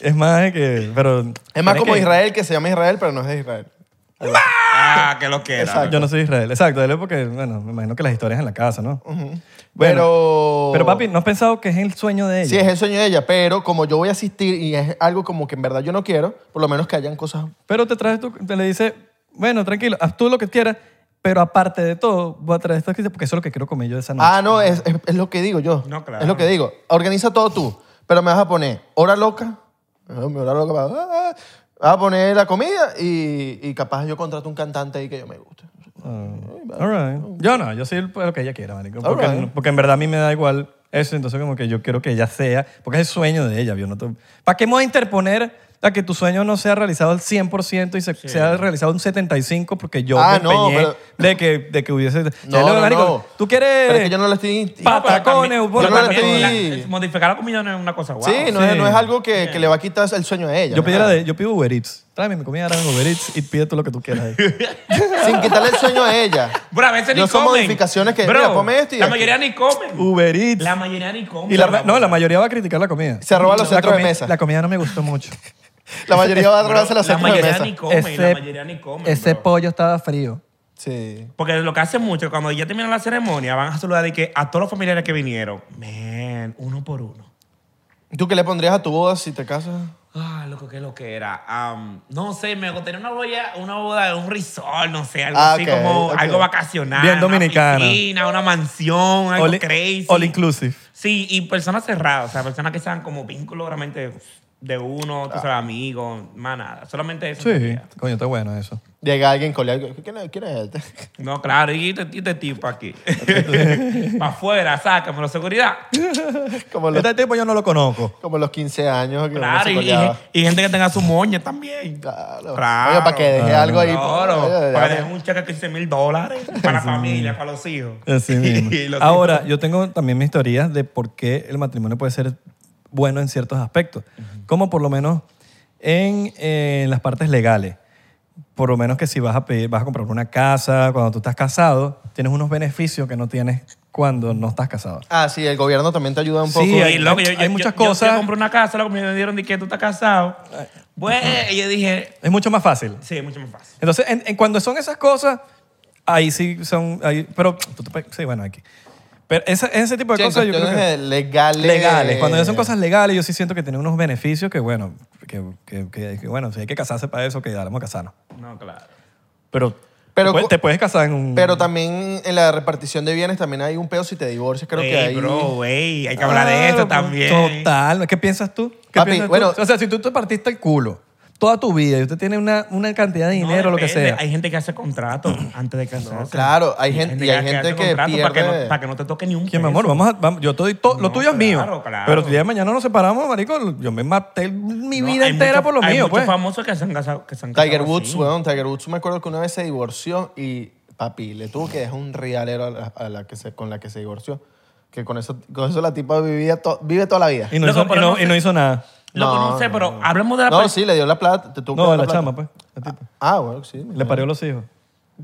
S4: es más de que. Pero,
S3: Es más
S4: tiene
S3: como
S4: que-
S3: Israel, que se llama Israel, pero no es de Israel.
S1: Ah, que lo que era.
S3: Exacto.
S4: Yo no soy de Israel. Exacto, él es porque, bueno, me imagino que las historias en la casa, ¿no?
S3: pero.
S4: Pero papi, ¿no has pensado que es el sueño de ella?
S3: Sí, es el sueño de ella, pero como yo voy a asistir y es algo como que en verdad yo no quiero, por lo menos que hayan cosas.
S4: Pero te traes tú, te le dice, bueno, tranquilo, haz tú lo que quieras, pero aparte de todo, voy a traer estas cosas porque eso es lo que quiero comer yo de esa noche.
S3: Ah, no, es, es- es lo que digo yo.
S1: No, claro.
S3: Es lo que digo. Organiza todo tú, pero me vas a poner hora loca. ah, Mi hora loca. va- ah, ah, Vas a poner la comida y, y capaz yo contrato un cantante ahí que yo me guste.
S4: Ah, all right. Yo no, yo soy el- lo que ella quiera, marico.
S3: All
S4: Porque,
S3: right.
S4: porque en verdad a mí me da igual eso, entonces como que yo quiero que ella sea, porque es el sueño de ella, yo no te- ¿Para qué me voy a interponer a que tu sueño no sea realizado al 100% y se, sea realizado un 75% porque yo
S3: Ah,
S4: me
S3: no,
S4: empeñé
S3: pero-
S4: de, que, de que hubiese... No,
S3: no, no.
S4: Tú quieres...
S3: Pero es que yo no la estoy...
S1: pero
S4: Pa- Patacones,
S1: también-
S4: bueno,
S1: pero
S3: también-
S1: también la- modificar la comida no es una cosa guau.
S3: sí, no, Es,
S4: sí.
S3: no es algo que, que le va a quitar el sueño a ella.
S4: Yo,
S3: ¿no?
S4: pidiera de- yo pido Uber Eats. Tráeme mi comida, tráeme Uber Eats y pide tú lo que tú quieras. ahí.
S3: Sin quitarle el sueño a ella.
S1: Bro, a veces
S3: No
S1: ni
S3: son
S1: comen.
S3: modificaciones que,
S1: Bro,
S3: mira, come esto y
S1: La
S3: aquí. Uh.
S1: mayoría ni comen.
S4: Uber Eats.
S1: La mayoría ni comen.
S4: y la, ma- no, la mayoría va a criticar la comida.
S3: Se roba los
S4: La
S3: centros de
S4: comi-
S3: mesa.
S4: La comida no me gustó mucho.
S3: La mayoría va a robarse la
S1: La
S3: centro de
S1: mayoría
S3: mesa.
S1: ni comen. La mayoría ni comen.
S4: ese
S1: bro.
S4: pollo estaba frío.
S3: Sí.
S1: Porque lo que hacen mucho, cuando ya terminan la ceremonia, van a saludar de que a todos los familiares que vinieron. Man, uno por uno.
S3: ¿Tú qué le pondrías a tu boda si te casas?
S1: Ah, loco, qué lo que era. Am, no sé, me gustaría una boda, una boda de un resort, no sé, algo
S3: Ah,
S1: así
S3: ok,
S1: como
S3: ok.
S1: algo vacacional.
S4: Bien
S1: Una
S4: dominicana.
S1: piscina, una mansión, algo
S4: All-
S1: crazy.
S4: all inclusive.
S1: Sí, y personas cerradas, o sea, personas que sean como vínculos realmente de uno, tú sabes, amigos, más nada. Solamente eso.
S4: Sí,
S1: quería.
S4: coño, está bueno eso.
S3: Llega alguien con algo. ¿Quién es, quién es este?
S1: No, claro, y este, y este tipo aquí. Para afuera, sácamelo, seguridad.
S3: Como los,
S4: Este tipo yo no lo conozco.
S3: como los 15 años que uno
S1: Claro,
S3: se
S1: y,
S3: coleaba.
S1: y- y gente que tenga su moña también.
S3: Claro.
S1: Claro. Ah,
S3: Oye, para que deje
S4: Claro.
S3: algo ahí. pues,
S1: Claro,
S3: Oye,
S1: para
S3: déjame-
S1: dejar un cheque de 15 mil dólares para la familia, para los hijos.
S4: Así mismo.
S1: Y los
S4: Ahora,
S1: hijos-
S4: yo tengo también mis teorías de por qué el matrimonio puede ser bueno en ciertos aspectos, como por lo menos en, eh, en las partes legales. Por lo menos que si vas a pedir, vas a comprar una casa, cuando tú estás casado, tienes unos beneficios que no tienes cuando no estás casado.
S3: Ah, sí, el gobierno también te ayuda un
S4: Sí,
S3: poco.
S1: Sí,
S4: hay-
S1: loco,
S4: hay-
S1: yo,
S4: hay
S1: yo-
S4: muchas
S1: yo- yo
S4: cosas.
S1: compré una casa, loco, me dieron de que tú estás casado. Bueno, y yo dije,
S4: Es mucho más fácil.
S1: sí, mucho más fácil.
S4: Entonces, en, en cuando son esas cosas, ahí sí son, ahí- pero tú te pe- sí, bueno, aquí. Pero esa- ese tipo de
S3: Sí, en
S4: cosas yo creo que...
S3: cuestiones legales.
S4: legales. Cuando ya son cosas legales, yo sí siento que tiene unos beneficios que, bueno, que, que- que- que, bueno, si hay que casarse para eso, que daremos a casarnos.
S1: No, claro.
S4: Pero,
S3: Pero
S4: te, puedes,
S3: cu-
S4: te puedes casar en un...
S3: Pero también en la repartición de bienes también hay un pedo si te divorcias, creo que
S1: Ey,
S3: hay.
S1: bro, wey, hay que hablar de
S4: Claro,
S1: eso también.
S4: Ah, pues, Total. ¿Qué piensas tú? ¿Qué
S3: Papi,
S4: piensas tú?
S3: bueno-
S4: O sea, si tú te partiste el culo toda tu vida y usted tiene una, una cantidad de
S1: No,
S4: dinero, lo que
S1: depende.
S4: sea.
S1: Hay gente que hace contrato antes de casarse.
S3: claro, hay gente- y hay gente
S1: hace
S3: que
S1: contrato para, que
S3: pierde-
S1: no, para que no te toque ni un
S4: Que, mi
S1: peso.
S4: amor, vamos a, vamos- yo te doy to- lo
S1: No,
S4: tuyo es mío.
S1: claro, claro.
S4: Pero si día de mañana nos separamos, marico, yo me maté mi
S1: No,
S4: vida
S1: hay
S4: entera
S1: mucho-
S4: por lo
S1: hay
S4: mío,
S1: muchos
S4: pues.
S1: famosos que se han casado. Que se han
S3: Tiger
S1: casado
S3: Woods,
S1: así.
S3: weón. Tiger Woods me acuerdo que una vez se divorció y papi, le tuvo que dejar un realero a la, a la que se, con la que se divorció. Que con eso, con eso la tipa vivía to- vive toda la vida.
S4: Y no,
S1: Loco,
S4: hizo, y
S1: pero
S4: no-
S1: no sé.
S4: y no hizo nada.
S1: Loco, no, sé, pero hablemos de la
S3: No,
S1: persona.
S3: sí, le dio la plata. Te tuvo que
S4: No,
S3: dar
S4: la
S3: plata.
S4: chama, pues. la tipa.
S3: Ah, bueno, sí.
S4: Le parió los hijos.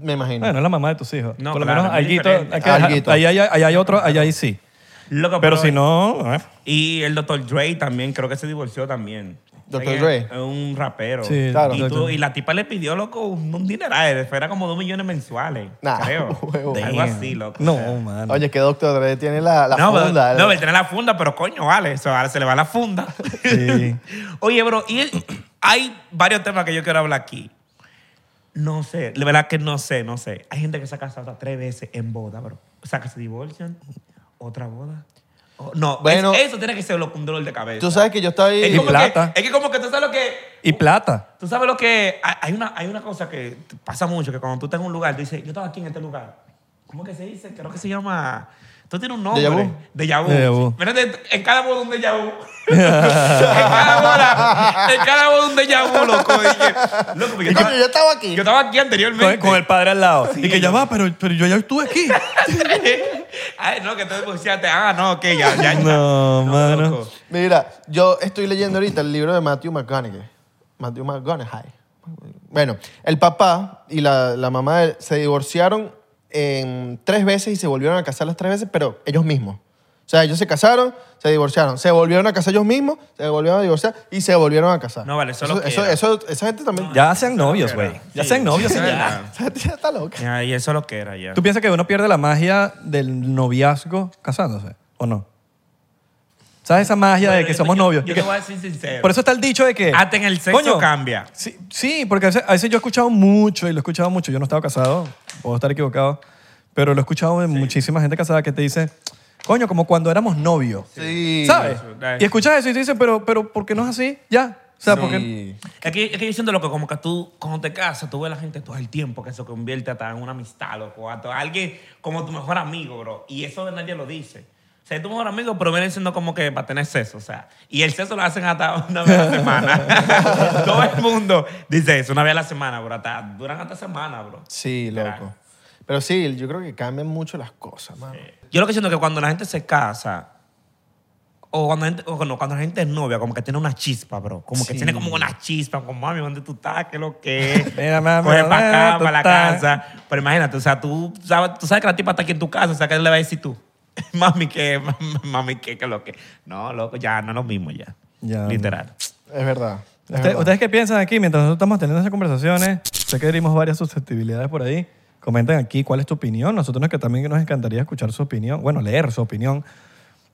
S3: Me imagino.
S4: Bueno, es la mamá de tus hijos.
S1: No,
S4: Por lo
S1: claro, es muy
S4: menos alguito,
S1: diferente.
S4: hay que dejar-
S3: Alguito.
S4: ahí, hay- ahí hay otro, ahí, ahí sí.
S1: Loco,
S4: Pero si no, eh,
S1: Y el Dr. Dre también, creo que se divorció también.
S3: ¿Dr.
S1: Que
S3: Dre?
S1: Es un rapero.
S4: Sí,
S3: Claro.
S1: Y, tú-
S4: Dr.
S1: y la tipa le pidió, loco, un, un dineral. Era como dos millones mensuales.
S3: Nah,
S1: creo.
S3: huevo.
S1: Algo así, loco.
S4: no,
S1: O sea,
S4: mano.
S3: Oye, que Doctor Dre tiene la, la
S1: no, pero-
S3: funda. eh.
S1: no, él tiene la funda, pero coño, vale. Eso, ahora se le va la funda.
S4: Sí.
S1: Oye, bro, y el- hay varios temas que yo quiero hablar aquí. No sé, de verdad que no sé, no sé. Hay gente que se ha casado hasta tres veces en boda, bro. O sea, que se divorcian, otra boda. O- no,
S3: Bueno.
S1: es- eso tiene que ser lo- un dolor de cabeza.
S3: Tú sabes que yo estaba ahí.
S1: Es como,
S4: plata.
S1: Que, es que como que tú sabes lo que...
S4: Y plata.
S1: Tú sabes lo que... hay- Hay una, hay una cosa que t- pasa mucho, que cuando tú estás en un lugar, tú dices, yo estaba aquí en este lugar. ¿Cómo que se dice? Creo que se llama... Tú tienes un nombre.
S3: Déjà vu.
S1: Déjà vu.
S4: Déjà vu.
S1: Mira, de- en cada boda un déjà vu. en cada boda. En cada boda un déjà vu, loco. Y que- loco, porque yo
S3: Coño,
S1: estaba,
S3: yo estaba aquí.
S1: yo estaba aquí
S4: Con,
S1: anteriormente.
S4: con el padre al lado. y que ya va, pero, pero yo ya estuve aquí.
S1: Ay, no, que tú divorciaste. Ah, no, ok, ya, ya. ya.
S4: No, mano.
S1: loco.
S3: Mira, yo estoy leyendo ahorita el libro de Matthew McConaughey. Matthew McConaughey. Bueno, el papá y la, la mamá de él se divorciaron en tres veces y se volvieron a casar las tres veces, pero ellos mismos. O sea, ellos se casaron, se divorciaron, se volvieron a casar ellos mismos, se volvieron a divorciar y se volvieron a casar.
S1: No, vale, eso
S3: eso,
S1: lo que
S3: eso,
S1: era.
S3: eso- Esa gente también...
S4: Ya sean novios, Pues, güey. Ya
S1: Sí.
S4: sean novios. señora.
S1: Ya.
S3: Esa gente ya está loca.
S1: Ya, y eso lo que era ya.
S4: ¿Tú piensas que uno pierde la magia del noviazgo casándose? ¿O no? ¿Sabes esa magia de
S1: Bueno,
S4: que
S1: yo-
S4: somos
S1: yo-
S4: novios?
S1: Yo,
S4: Que-
S1: te voy a decir sincero.
S4: Por eso está el dicho de que...
S1: Hasta en el sexo
S4: Coño,
S1: cambia.
S4: Sí, sí, porque a veces, a veces yo he escuchado mucho, y lo he escuchado mucho, yo no estaba casado, puedo estar equivocado, pero lo he escuchado de muchísima gente casada que te dice, coño, como cuando éramos novios.
S3: Sí.
S4: ¿Sabes?
S1: Eso, da
S4: Y
S1: eso.
S4: escuchas eso y te dices, pero, pero ¿por qué no es así? Ya. O sea,
S3: Sí.
S4: porque...
S1: Es que, es que yo siento loco, como que tú, cuando te casas, tú ves a la gente todo el tiempo que se convierte hasta en una amistad, loco. Hasta alguien como tu mejor amigo, bro. Y eso nadie lo dice. O Se tu mejor amigo, pero viene siendo como que para tener sexo, o sea. Y el sexo lo hacen hasta una vez a la semana. Todo el mundo dice eso, una vez a la semana, bro. Hasta, duran hasta semana, bro.
S3: Sí,
S1: Crack.
S3: loco. Pero sí, yo creo que cambian mucho las cosas, mano.
S1: Yo lo que siento es que cuando la gente se casa, o cuando la gente, o no, cuando la gente es novia, como que tiene una chispa, bro. Como que
S3: Sí.
S1: tiene como una chispa, como mami, ¿dónde tú estás? ¿Qué es lo que es?
S4: Mira, mami,
S1: Coge
S4: ¿dónde
S1: para acá,
S4: tú
S1: para la
S4: estás?
S1: casa. Pero imagínate, o sea, tú sabes, tú sabes que la tipa está aquí en tu casa, o sea, ¿qué le vas a decir tú? mami, ¿qué? Mami, ¿qué? ¿Qué es lo que? No, loco, ya no es lo mismo ya.
S4: Ya.
S1: Literal.
S3: Es verdad. es
S4: Usted-
S3: verdad.
S4: ¿Ustedes qué piensan aquí mientras nosotros estamos teniendo esas conversaciones? Sé que herimos varias susceptibilidades por ahí. Comenten aquí cuál es tu opinión. Nosotros nos- que también nos encantaría escuchar su opinión. Bueno, leer su opinión.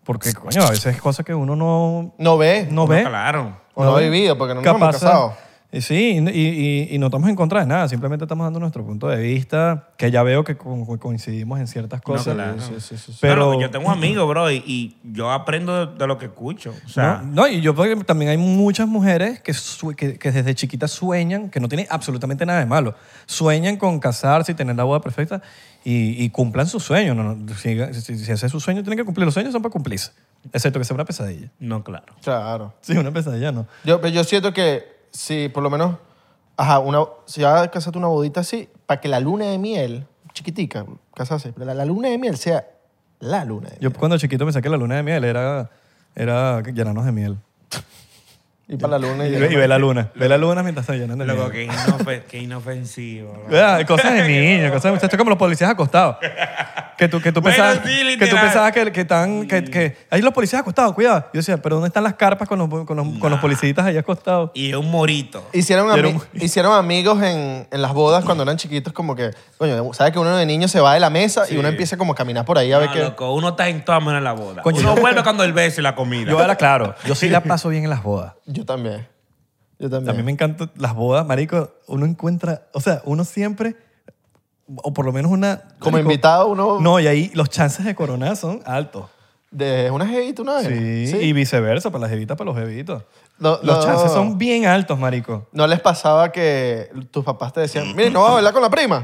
S4: Porque, coño, a veces es cosas que uno no,
S3: No ve.
S4: no
S1: No,
S4: ve.
S1: Claro.
S3: O no ha vivido, porque no nos hemos casado.
S4: Y sí, y, y- y no estamos en contra de nada. Simplemente estamos dando nuestro punto de vista, que ya veo que co- co- coincidimos en ciertas cosas.
S1: claro.
S3: Sí, sí, sí, sí.
S1: Pero
S4: Pero-
S1: yo tengo amigos, bro, y, y yo aprendo de, de lo que escucho. O sea,
S4: No, no, y yo creo que también hay muchas mujeres que, sue- que, que desde chiquitas sueñan, que no tiene absolutamente nada de malo, sueñan con casarse y tener la boda perfecta y, y cumplan sus sueños. No, no, si, si- si ese es su sueño, tienen que cumplir. Los sueños son para cumplirse, excepto que sea una pesadilla.
S1: no claro.
S3: Claro.
S4: Sí, una pesadilla no.
S3: Yo, pero yo siento que si por lo menos, ajá, una, si vas a casarte una bodita así, para que la luna de miel, chiquitica, casarse, pero la, la luna de miel sea la luna de
S4: Yo
S3: miel.
S4: cuando chiquito me saqué la luna de miel, era, era llenarnos de miel.
S3: Y para la luna
S4: Y,
S3: de
S4: ve- y ve la luna, ve la luna mientras se llenan de
S1: Loco,
S4: miel.
S1: que inofe- que inofensivo. bro.
S4: Ah, cosas de niños, cosas de muchachos, como los policías acostados. Que tú, que tú
S1: Bueno,
S4: pensabas,
S1: sí,
S4: que, tú
S1: literal.
S4: pensabas que, que están. Que, que- ahí los policías acostados, cuidado. Yo decía, pero ¿dónde están las carpas con los, con los, con los policías ahí acostados?
S1: Y es un morito.
S3: Hicieron,
S4: Yo era
S3: ami-
S4: un-
S3: hicieron amigos en, en las bodas cuando eran chiquitos, como que, coño, sabes que uno de niño se va de la mesa y uno empieza como a caminar por ahí a ver
S1: No,
S3: qué.
S1: Ah, loco, uno está en toda menos en la boda.
S4: Coño,
S1: uno
S4: yo-
S1: vuelve cuando el beso y la comida.
S4: Yo era claro, yo sí la paso bien en las bodas.
S3: Yo también. Yo
S4: A mí
S3: también.
S4: me encantan las bodas, marico. Uno encuentra, o sea, uno siempre, o por lo menos una.
S3: Como
S4: marico,
S3: invitado, uno.
S4: No, y ahí los chances de coronar son altos.
S3: De una jevita una vez.
S4: Sí, y viceversa, para las jevitas, para los jevitos.
S3: Lo-
S4: los
S3: lo-
S4: chances son bien altos, marico.
S3: ¿No les pasaba que tus papás te decían, mire, no vas a bailar con la prima?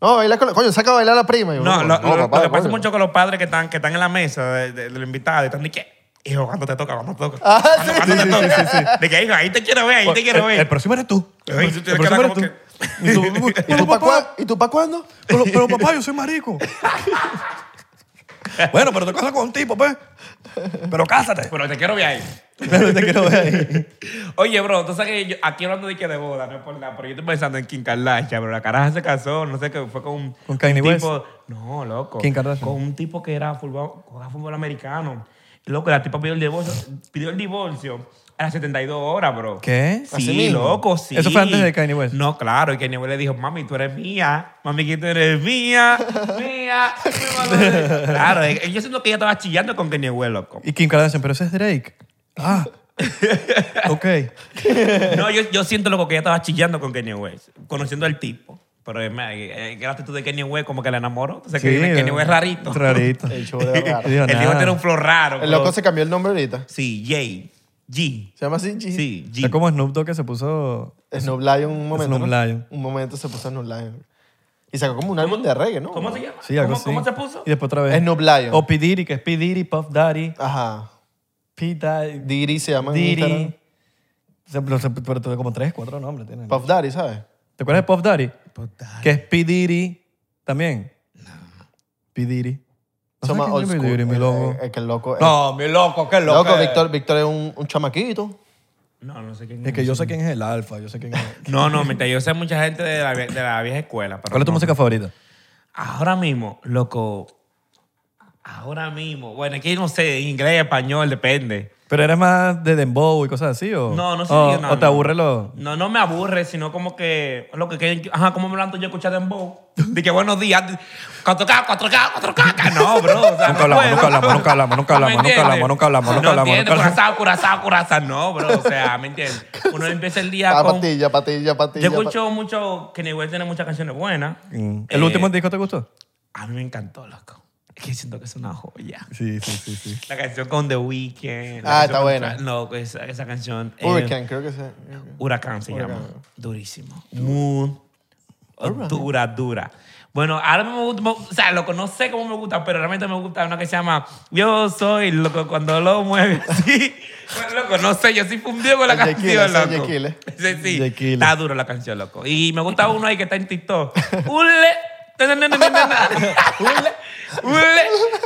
S3: No, vas a bailar con la... Coño, saca a bailar a la prima. Y
S1: no,
S3: uno,
S1: lo, lo- lo
S3: papá,
S1: que pasa
S3: coño".
S1: mucho con los padres que están, que están en la mesa de- de- del invitado y están de que, hijo, cuando te toca, cuando te toca.
S3: Ah,
S1: ¿Cuándo-
S3: sí,
S1: cuándo te
S3: sí, sí,
S1: toca? De que, hijo, ahí te quiero ver, ahí te quiero
S4: el,
S1: ver.
S4: el próximo eres tú.
S1: Ay, tú te
S4: el
S1: quedas
S4: próximo eres
S1: como
S4: tú. Y tú,
S3: ¿Y
S4: pero
S3: tú para
S4: papá,
S3: cuándo?
S4: pero, pero papá, yo soy marico. bueno, pero te casas con un tipo, pues. Pero cásate.
S1: Pero te quiero ver ahí.
S4: Pero te quiero ver ahí.
S1: Oye, bro, tú sabes que yo, aquí hablando de que de boda, no es por nada, pero yo estoy pensando en Kim Kardashian, pero la caraja se casó, no sé qué, fue con un,
S4: ¿Con Kanye
S1: un
S4: West?
S1: tipo, no, loco,
S4: Kim Kardashian.
S1: con un tipo que era fútbol, jugaba fútbol americano. Y, Loco, la tipa pidió el divorcio, pidió el divorcio a las 72 horas, bro.
S4: ¿Qué?
S1: Sí,
S3: ¿Así mismo?
S1: loco, sí.
S4: ¿Eso fue antes de Kanye West?
S1: No, claro, y Kanye West le dijo, mami, tú eres mía, mami, que tú eres mía, mía. mía". claro, eh, yo siento que ella estaba chillando con Kanye West, loco.
S4: Y Kim Kardashian, pero ese es Drake. Ah. ok.
S1: No, yo, yo siento loco que ella estaba chillando con Kenya West, conociendo al tipo. Pero es más, eh, eh, que la actitud de Kenya West como que la enamoró. Entonces, que viene Kanye West rarito.
S4: Rarito.
S3: El show de raro.
S4: Y dijo,
S1: El hijo
S4: "Nah".
S1: tiene un flow raro. bro.
S3: El loco se cambió el nombre ahorita.
S1: Sí, Jay. G.
S3: ¿Se llama así? G?
S1: Sí, G.
S4: Está como Snoop Dogg que se puso...
S3: Snoop Lion un momento.
S4: Snoop
S3: ¿no?
S4: Lion.
S3: Un momento se puso Snoop Lion. Y sacó como un álbum de reggae, ¿no?
S1: ¿Cómo se llama?
S4: Sí, algo
S1: ¿Cómo,
S4: así.
S1: cómo se puso?
S4: Y después otra vez.
S3: Snoop Lion.
S4: O P. Diddy, que es P. Diddy, Puff Daddy,
S3: Ajá.
S4: P. Daddy,
S3: Diri se llama en Instagram.
S4: Diddy. Se- pero se- pero tuve como tres, cuatro nombres. tiene.
S3: Puff Daddy, ¿sabes?
S4: ¿Te acuerdas de Puff Daddy? Que es P. Diddy también. P. Diddy. ¿No
S3: Son
S4: sabes
S3: más
S4: quién
S3: old
S4: es P.
S3: school.
S4: Diddy, mi
S3: Eh,
S4: loco?
S3: eh, que el loco. el
S4: No, mi loco, eh. qué
S3: loco, Víctor, Víctor es un, un chamaquito.
S1: No, no sé quién
S4: Es que yo sé quién es el alfa, yo sé quién es.
S1: No, no, mentira. Yo sé mucha gente de la, vie- de la vieja escuela. Pero
S4: ¿Cuál es tu
S1: no.
S4: música favorita?
S1: Ahora mismo, loco. Ahora mismo. Bueno, aquí no sé, inglés, español, depende.
S4: ¿Pero eres más de dembow y cosas así o...?
S1: No, no sé.
S4: o,
S1: yo no,
S4: ¿O te
S1: no.
S4: aburre lo...?
S1: No, no me aburre, sino como que... Lo que, que- ajá, ¿cómo me lo yo escuchar Dembow? De que buenos días. 4K, 4K, 4K. No, bro. O sea,
S4: Nunca
S1: no
S4: hablamos,
S1: puedo.
S4: nunca hablamos, nunca hablamos, nunca hablamos,
S1: ¿Me
S4: nunca
S1: entiendes?
S4: hablamos, nunca hablamos, nunca hablamos,
S1: entiendes?
S4: nunca
S1: Curazao, curazao, curazao. No, bro. O sea, ¿me entiendes? Uno empieza el día
S3: Ah,
S1: con...
S3: patilla, patilla, patilla.
S1: Yo escucho mucho... Kanye West tiene muchas canciones buenas.
S4: Mm. ¿El
S1: Eh,
S4: último disco te gustó?
S1: A mí me encantó, loco. Es que siento que es una joya.
S4: Sí, sí, sí, sí.
S1: La canción con The Weeknd. la
S3: Ah,
S1: canción
S3: está
S1: con
S3: buena.
S1: Tra- Loco, esa, esa canción... eh,
S3: Hurricane, creo que se.
S1: Huracán se
S3: Huracán.
S1: llama. Durísimo. Moon. Dura, dura. Bueno, ahora me gusta, me- o sea, loco, no sé cómo me gusta, pero realmente me gusta una que se llama Yo soy, loco, cuando lo mueve así. Bueno, loco, no sé, yo sí fundí con la
S3: El Jekyll,
S1: canción,
S3: ese es
S1: loco.
S3: Jekyll, eh.
S1: Sí, sí.
S3: Jekyll.
S1: Está dura la canción, loco. Y me gusta uno ahí que está en TikTok. Ule. na, na, na, na, na, na. Ule.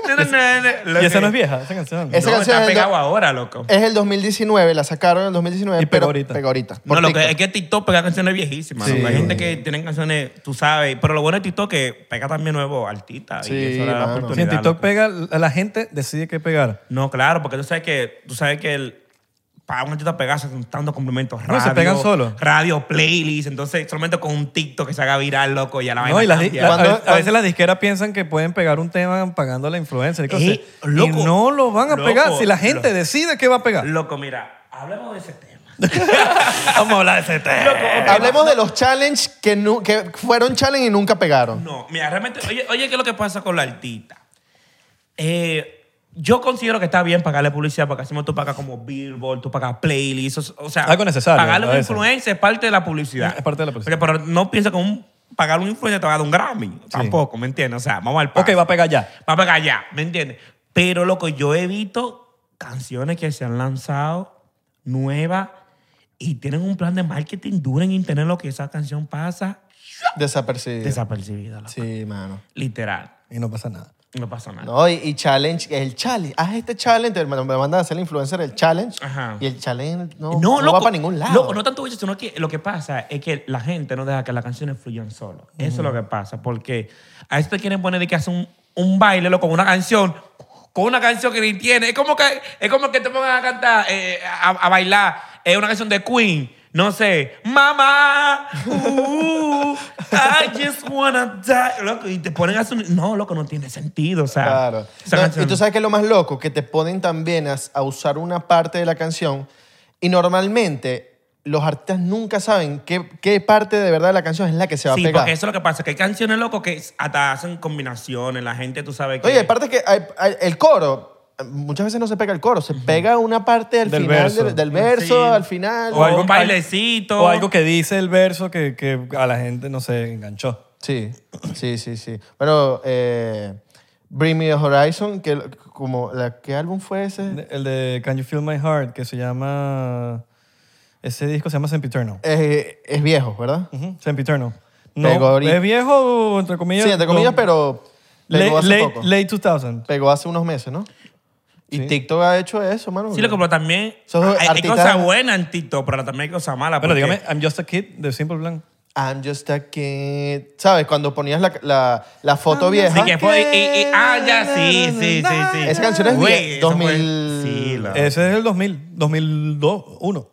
S1: na, na, na, na. Loco.
S4: Y esa no es vieja, esa canción.
S3: Es- Esa
S1: No,
S3: canción
S1: está
S3: es
S1: pegado
S3: do-
S1: ahora, loco.
S3: Es el 2019, la sacaron en el 2019.
S4: Y pegó
S3: pero
S4: ahorita.
S3: Pegó ahorita. por
S1: No, lo que,
S3: TikTok.
S1: es que TikTok pega canciones viejísimas.
S4: Sí.
S1: loco. Hay gente que tiene canciones, tú sabes. Pero lo bueno de TikTok es que pega también nuevos artistas.
S3: Sí,
S1: y eso le da la
S3: mano.
S1: oportunidad.
S4: Si en TikTok
S1: loco.
S4: pega, la la gente decide qué pegar.
S1: No, claro, porque tú sabes que, tú sabes que el, para un artista pegarse con tantos complementos
S4: No,
S1: radio,
S4: se pegan solo.
S1: radio, playlist, entonces solamente con un TikTok que se haga viral, loco, ya la vaina
S4: No, y las di-
S1: cambia.
S4: la-
S3: Cuando-
S4: a, veces- a veces
S3: cuando-
S4: las disqueras piensan que pueden pegar un tema pagando a la influencer y, cosas.
S1: Eh,
S4: Y
S1: loco,
S4: no lo van a
S1: loco,
S4: pegar si la gente
S1: lo-
S4: decide qué va a pegar.
S1: Loco, mira, hablemos de ese tema.
S4: Vamos a hablar de ese tema.
S3: Hablemos de los challenges que, nu- que fueron challenge y nunca pegaron.
S1: No, mira, realmente, oye, oye, ¿qué es lo que pasa con la artista? Eh, yo considero que está bien pagarle publicidad porque así mismo tú pagas como Billboard, tú pagas playlist, o- o sea,
S4: Algo necesario,
S1: pagarle a
S4: a
S1: un
S4: veces.
S1: influencer es parte de la publicidad.
S4: Es parte de la publicidad.
S1: Porque, pero no piensa que un, pagar a un influencer te va a dar un Grammy, tampoco, ¿me entiendes? O sea, vamos al paso.
S4: Ok, va a pegar ya.
S1: va a pegar ya, ¿me entiendes? Pero, loco, yo evito canciones que se han lanzado nuevas y tienen un plan de marketing duro en internet lo que esa canción pasa
S3: Desapercibido.
S1: desapercibida, loco.
S3: sí, mano.
S1: literal.
S4: Y no pasa nada.
S1: No pasa nada.
S3: No, y, y challenge, el challenge. Haz este challenge, te- me me mandan a hacer el influencer el challenge.
S1: Ajá.
S3: Y el challenge no,
S1: No,
S3: no
S1: loco,
S3: va para ningún lado.
S1: Loco, no tanto eso, sino que lo que pasa es que la gente no deja que las canciones fluyan solo. Eso es lo que pasa, porque a eso te quieren poner de que hace un, un baile, loco, con una canción, con una canción que ni tiene. Es como que, es como que te pongan a cantar, eh, a, a bailar eh, una canción de Queen. No sé, mamá, uh, I just wanna die. Loco, y te ponen a hacer. un- No, loco, no tiene sentido. O sea,
S3: Claro.
S1: esa
S3: No,
S1: canción-
S3: y tú sabes que lo más loco, que te ponen también a, a usar una parte de la canción y normalmente los artistas nunca saben qué, qué parte de verdad de la canción es la que se va
S1: sí,
S3: a pegar.
S1: porque eso es lo que pasa, que hay canciones locos que hasta hacen combinaciones, la gente, tú sabes que...
S3: Oye, hay partes que hay- hay- el coro, muchas veces no se pega el coro, se pega una parte al
S4: Del
S3: final
S4: verso.
S3: del, del verso,
S1: Sí.
S3: al final.
S1: O algún bailecito.
S4: O algo que dice el verso que, que a la gente, no sé, enganchó.
S3: Sí, sí, sí, sí. Bueno, eh, Bring Me the Horizon, que como la, ¿qué álbum fue ese?
S4: El de Can You Feel My Heart, que se llama... Ese disco se llama Sempiternal.
S3: Eh, es viejo, ¿verdad?
S4: Ujú, Sempiternal. No,
S3: Pegó ahorita.
S4: es viejo, entre comillas.
S3: Sí, entre comillas,
S4: no.
S3: pero pegó
S4: Late,
S3: hace
S4: late,
S3: poco.
S4: late 2000.
S3: Pegó hace unos meses, ¿no? Y
S4: Sí.
S3: TikTok ha hecho eso, mano.
S1: Sí, loco, pero también
S3: Son
S1: hay, hay
S3: artistas-
S1: cosas buenas en TikTok, pero también hay cosas malas.
S4: Bueno,
S1: porque-
S4: dígame, I'm Just a Kid de Simple Plan.
S3: I'm just a kid. ¿Sabes? Cuando ponías la, la, la foto
S4: I'm
S3: vieja.
S1: Sí, que fue... y- y- ah, ya, sí, sí, sí, sí.
S3: Esa canción es
S1: Güey,
S3: bien-
S1: eso fue-
S3: 2000.
S1: Sí, loco.
S4: Ese es el 2000, 2002, 1.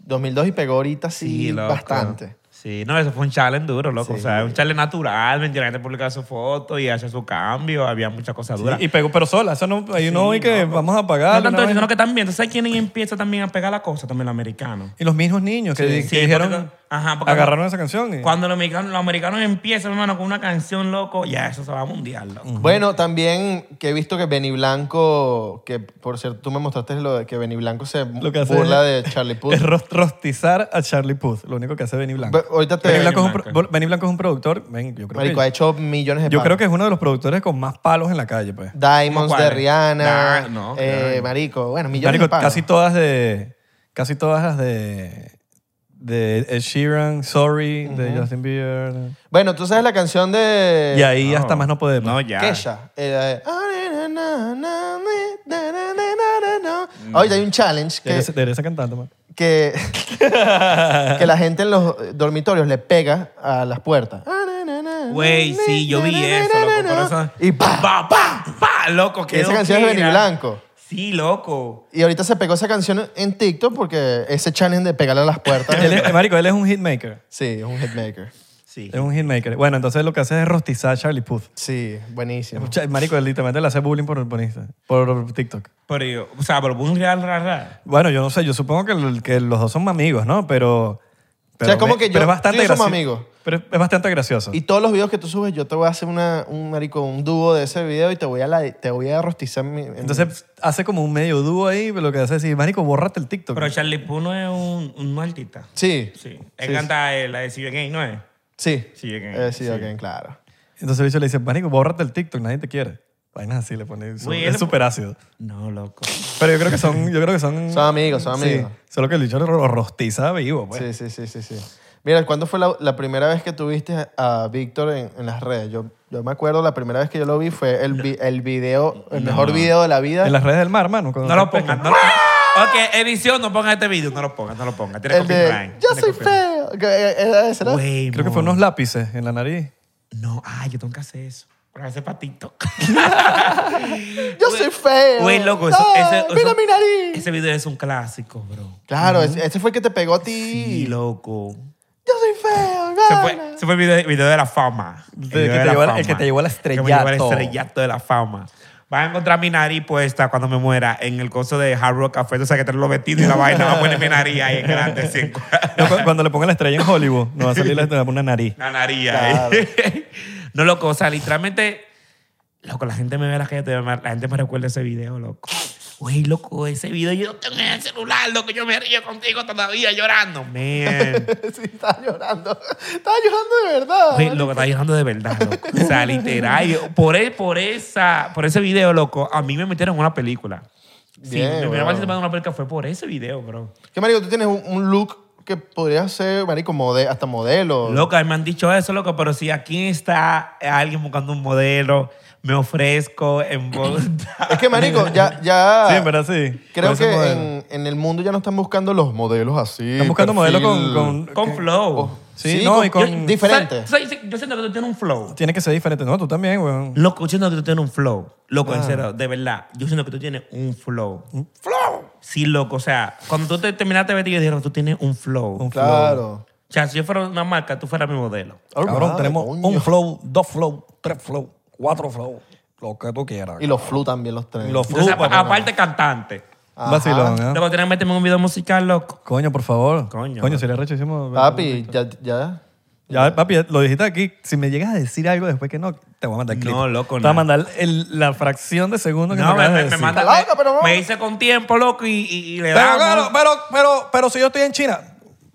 S3: 2002 y pegó ahorita sí,
S1: Sí, loco.
S3: bastante.
S1: Sí, no, eso fue un challenge duro, loco.
S3: Sí.
S1: O sea, un challenge natural, mentira, la gente publicaba su foto y hacía su cambio, había muchas cosas duras.
S4: Y pegó, pero sola. Eso no, ahí no hay que vamos a pagar.
S1: no tanto eso, sino que también, ¿tú ¿sabes quién empieza también a pegar la cosa? También los americanos.
S4: Y los mismos niños que, di-
S1: Sí, porque
S4: que dijeron,
S1: cu- ajá, porque-
S4: agarraron esa canción. y-
S1: Cuando los americanos, los americanos empiezan, hermano, con una canción, loco, ya eso se va a mundial, loco.
S3: Bueno, también que he visto que Benny Blanco, que por cierto tú me mostraste lo de que Benny Blanco se
S4: lo que hace
S3: burla de Charlie Puth.
S4: Es ros- rostizar a Charlie Puth, lo único que hace Benny Blanco.
S3: Ve- ahorita te-
S4: Benny Blanco,
S1: Benny
S4: Es un, pro-
S1: Blanco.
S4: Benny Blanco es un productor, ven, yo creo,
S3: Marico, ha
S4: que,
S3: hecho millones de
S4: yo
S3: palos.
S4: creo que es uno de los productores con más palos en la calle. pues.
S3: Diamonds
S1: ¿Cuál
S3: de
S1: es?
S3: Rihanna.
S1: Da- no,
S3: eh,
S1: claro.
S3: Marico, bueno, millones
S4: Marico,
S3: de palos.
S4: casi todas de... Casi todas las de... De Ed Sheeran, Sorry, de Justin Bieber.
S3: Bueno, tú sabes la canción de...
S4: Y ahí
S1: No.
S4: hasta más no podemos.
S1: No, ya.
S3: Kesha. Eh, la de- Ahorita hay un challenge que,
S4: Debería debería ser cantante, man.
S3: que, que la gente en los dormitorios le pega a las puertas.
S1: Güey, sí, yo vi eso, loco. Por eso...
S3: Y pa,
S1: pa, pa, pa, loco.
S3: que esa
S1: quedó
S3: canción es de Benny
S1: pira.
S3: Blanco.
S1: Sí, loco.
S3: Y ahorita se pegó esa canción en TikTok porque ese challenge de pegarle a las puertas.
S4: Él es- Marico, él es un hitmaker.
S3: sí, es un hitmaker.
S1: Sí.
S4: Es un hitmaker. Bueno, entonces lo que hace es rostizar a Charlie Puth.
S3: Sí, buenísimo.
S4: Cha- Marico, él literalmente le hace bullying por, por, Insta- por TikTok.
S1: Pero yo, o sea, pero fue un real, real, real.
S4: Bueno, yo no sé, yo supongo que, el- que los dos son amigos, ¿no? Pero. pero
S3: sea, es como
S4: me-
S3: que yo-
S4: pero es bastante
S3: tú y yo somos
S4: gracio-
S3: amigos.
S4: Pero es es bastante gracioso.
S3: Y todos los videos que tú subes, yo te voy a hacer una, un, marico, un dúo de ese video y te voy a, la- te voy a rostizar mi... en-
S4: Entonces hace como un medio dúo ahí, pero lo que hace es decir, Marico, bórrate el TikTok.
S1: Pero Charlie Puth no es un, un artista.
S3: sí.
S1: Sí. Él canta eh, la de Si Bien Gay, ¿no es?
S3: Sí.
S1: Sí, ok.
S3: Eh, sí,
S1: Sí.
S3: ok, claro.
S4: Entonces el bicho le dice, marico, bórrate el TikTok, nadie te quiere. Vainas así le pone.
S1: Güey,
S4: es
S1: él-
S4: súper ácido.
S1: No, loco.
S4: Pero yo creo que son... Yo creo que son,
S3: Son amigos, son
S4: Sí,
S3: amigos.
S4: solo que el bicho lo rostiza vivo, pues.
S3: Sí, sí, sí, sí, sí. Mira, ¿cuándo fue la, la primera vez que tuviste a Víctor en, en las redes? Yo, yo me acuerdo, la primera vez que yo lo vi fue el, vi- el video, el mejor video de la vida.
S4: En las redes del mar, hermano.
S1: No lo pongas, no lo pongas. Ok, edición, no pongas este video. No lo pongas, no lo pongas. Tiene
S3: ¡Ah! el de
S1: copyright.
S3: Yo
S1: Tiene
S3: soy
S1: copyright.
S3: feo. que, eh, eh, ¿Será?
S1: Güey,
S4: Creo que fue
S1: no.
S4: unos lápices en la nariz.
S1: No, ay, yo tengo que hacer eso. Para hacer patito.
S3: Yo soy feo.
S1: Güey, loco, eso,
S3: Ay,
S1: ese,
S3: mira
S1: eso-
S3: mi nariz.
S1: Ese video es un clásico, bro.
S3: Claro, ese, ese fue el que te pegó a ti.
S1: Sí, loco.
S3: Yo soy feo.
S1: Se
S3: gana.
S1: fue, ese fue el video, video de la fama.
S4: De
S1: El video
S4: que te
S1: la
S4: llevó al- el
S1: fama.
S4: que te llevó al
S1: Que me llevó al
S4: estrellato.
S1: estrellato de la fama. Vas a encontrar mi nariz puesta cuando me muera en el coso de Hard Rock Café. O sea, que traen los vestidos y la vaina va a poner mi nariz ahí en grande. así en cua-
S4: No, cu- Cuando le pongan la estrella en Hollywood, nos va a salir la estrella, una nariz.
S1: la nariz ahí. eh. no, loco, o sea, literalmente, loco, la gente me ve en la gente, la gente me recuerda ese video, loco. Güey, loco, ese video yo lo tengo en el celular, loco, yo me río contigo todavía llorando. Man.
S3: sí, estaba llorando. Estaba llorando de verdad.
S1: Güey, loco, está llorando de verdad, loco. O sea, literal. yo- Por, e- por, esa, por ese video, loco, a mí me metieron en una película. Sí,
S3: Bien,
S1: mi
S3: weón.
S1: primera participación en una película fue por ese video, bro.
S3: ¿Qué, marico? Tú tienes un, un look que podría ser, marico, mode- hasta modelo.
S1: Loco, a mí me han dicho eso, loco, pero si aquí está alguien buscando un modelo, me ofrezco en Bogotá.
S3: Es que, marico, ya... ya
S4: Sí, en verdad sí.
S3: Ah, Creo
S4: Parece
S3: que
S4: modelo.
S3: en, en el mundo ya no están buscando los modelos así.
S4: Están buscando modelos con, con,
S1: Con
S4: que-
S1: flow.
S3: Oh,
S4: Sí, no, y con-
S3: Diferente.
S1: O sea, o sea, yo siento que tú tienes un flow.
S4: Tiene que ser diferente. No, tú también, weón.
S1: Loco, yo siento que tú tienes un flow. Loco,
S4: Ah.
S1: en serio, de verdad. Yo siento que tú tienes un flow. ¿Un flow? Sí, loco. O sea, cuando tú te terminaste de vestir, yo dije, "No, tú tienes un flow.
S4: Un
S3: Claro.
S1: O sea, si yo fuera una marca, tú fueras mi modelo.
S4: Cabrón,
S3: Ah,
S4: tenemos
S3: coño.
S4: un flow, dos flow, tres flow, cuatro flow, lo que tú quieras.
S3: Y los flu también los tres.
S4: Y los
S1: Entonces,
S4: Upa,
S1: apa- aparte cantante.
S3: Ajá.
S4: Vacilón, ¿eh?
S1: Luego tenés que meterme en un video musical, loco.
S4: Coño, por favor.
S1: Coño.
S4: Coño, sería recho hicimos.
S3: Papi, ya, ya.
S4: Ya, papi, lo dijiste aquí. Si me llegas a decir algo después que no, te voy a mandar el clip.
S1: No, loco,
S4: Te voy a
S1: no.
S4: mandar el- la fracción de segundo que
S1: No,
S4: me,
S1: me,
S4: acabas de
S1: me, me
S4: decir.
S1: manda.
S3: Está loca, pero no.
S1: me, me hice con tiempo, loco, y, y- y le
S4: Pero,
S1: damos.
S4: claro, pero, pero, pero si yo estoy en China.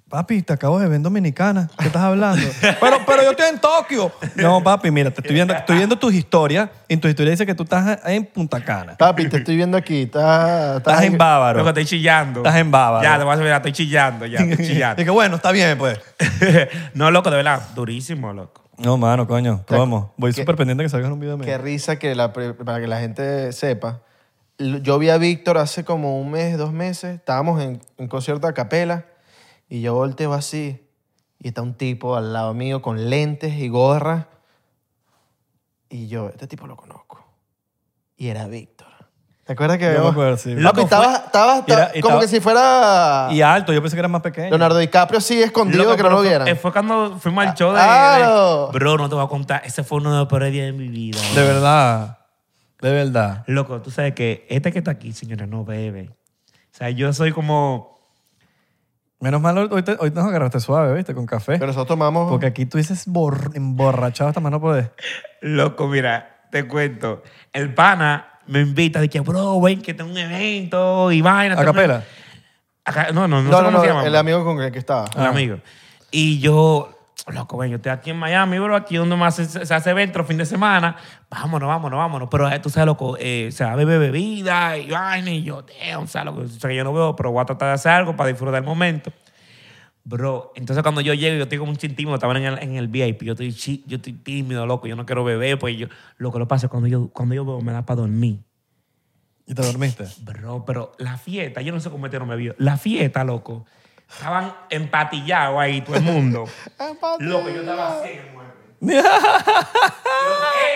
S4: Papi, te acabo de ver en Dominicana. ¿Qué estás hablando? Pero, pero yo estoy en Tokio. No, papi, mira, te estoy viendo, estoy viendo tus historias. Y en tu historia dice que tú estás en Punta Cana.
S3: Papi, te estoy viendo aquí. Estás,
S4: Estás en Bávaro.
S1: Loco, estoy chillando.
S4: Estás en bávaro.
S1: Ya, te voy a subir, estoy chillando, ya, estoy
S4: Y
S1: chillando.
S4: que bueno, está bien, pues.
S1: no, loco, de verdad, durísimo, loco.
S4: No, mano, coño. Vamos. Voy súper pendiente que salgas un video mío.
S3: Qué risa que la, pre- para que la gente sepa. L- Yo vi a Víctor hace como un mes, dos meses. Estábamos en un concierto a capela y yo volteo así y está un tipo al lado mío con lentes y gorra. Y yo, este tipo lo conozco. Y era Víctor. ¿Te acuerdas que
S4: Yo me
S3: vemos?
S4: acuerdo, sí.
S3: Papi,
S4: Loco, fue-
S3: estabas, estabas-
S4: y era- y
S3: como
S4: estaba-
S3: que si fuera
S4: Y alto, yo pensé que era más pequeño.
S3: Leonardo DiCaprio así escondido
S1: Loco,
S3: que no
S1: pero
S3: lo
S1: fue-
S3: vieran. Ah, oh.
S1: eh, Fue cuando fuimos al show de,
S3: Claro.
S1: de- Bro, no te voy a contar. Ese fue uno de los peores días de mi vida.
S4: De verdad. De verdad.
S1: Loco, tú sabes que este que está aquí, señora, no bebe. O sea, yo soy como...
S4: Menos mal, hoy, te- hoy nos agarraste suave, ¿viste? Con café.
S3: Pero nosotros tomamos...
S4: Porque aquí tú dices bor- emborrachado hasta más no poder.
S1: Loco, mira, te cuento. El pana me invita, dice, bro, ven que tengo un evento y vaina.
S4: A
S1: tengo
S4: capela.
S1: una- Aca- no, no, no,
S3: no,
S1: sé
S3: no,
S1: cómo
S3: no,
S1: se llama.
S3: el
S1: bro.
S3: amigo con el que estaba.
S1: Un amigo. Y yo, loco, ven, yo estoy aquí en Miami, bro, aquí donde más se, se hace evento fin de semana. Vámonos, vámonos, vámonos. Pero eh, tú sabes, loco, eh, se va a beber bebida y vaina. Y yo, damn, o sea, loco, o sea, que yo no veo, pero voy a tratar de hacer algo para disfrutar el momento. Bro, entonces cuando yo llego, yo estoy como un chin tímido, estaban en el, en el VIP, yo estoy, chi- yo estoy tímido, loco, yo no quiero beber, pues yo, lo que lo pasa es cuando yo, cuando yo bebo me da para dormir.
S4: Y te dormiste.
S1: Bro, pero la fiesta, yo no sé cómo este no me vio. La fiesta, loco. Estaban empatillados ahí todo el mundo. loco, yo estaba así. muerto.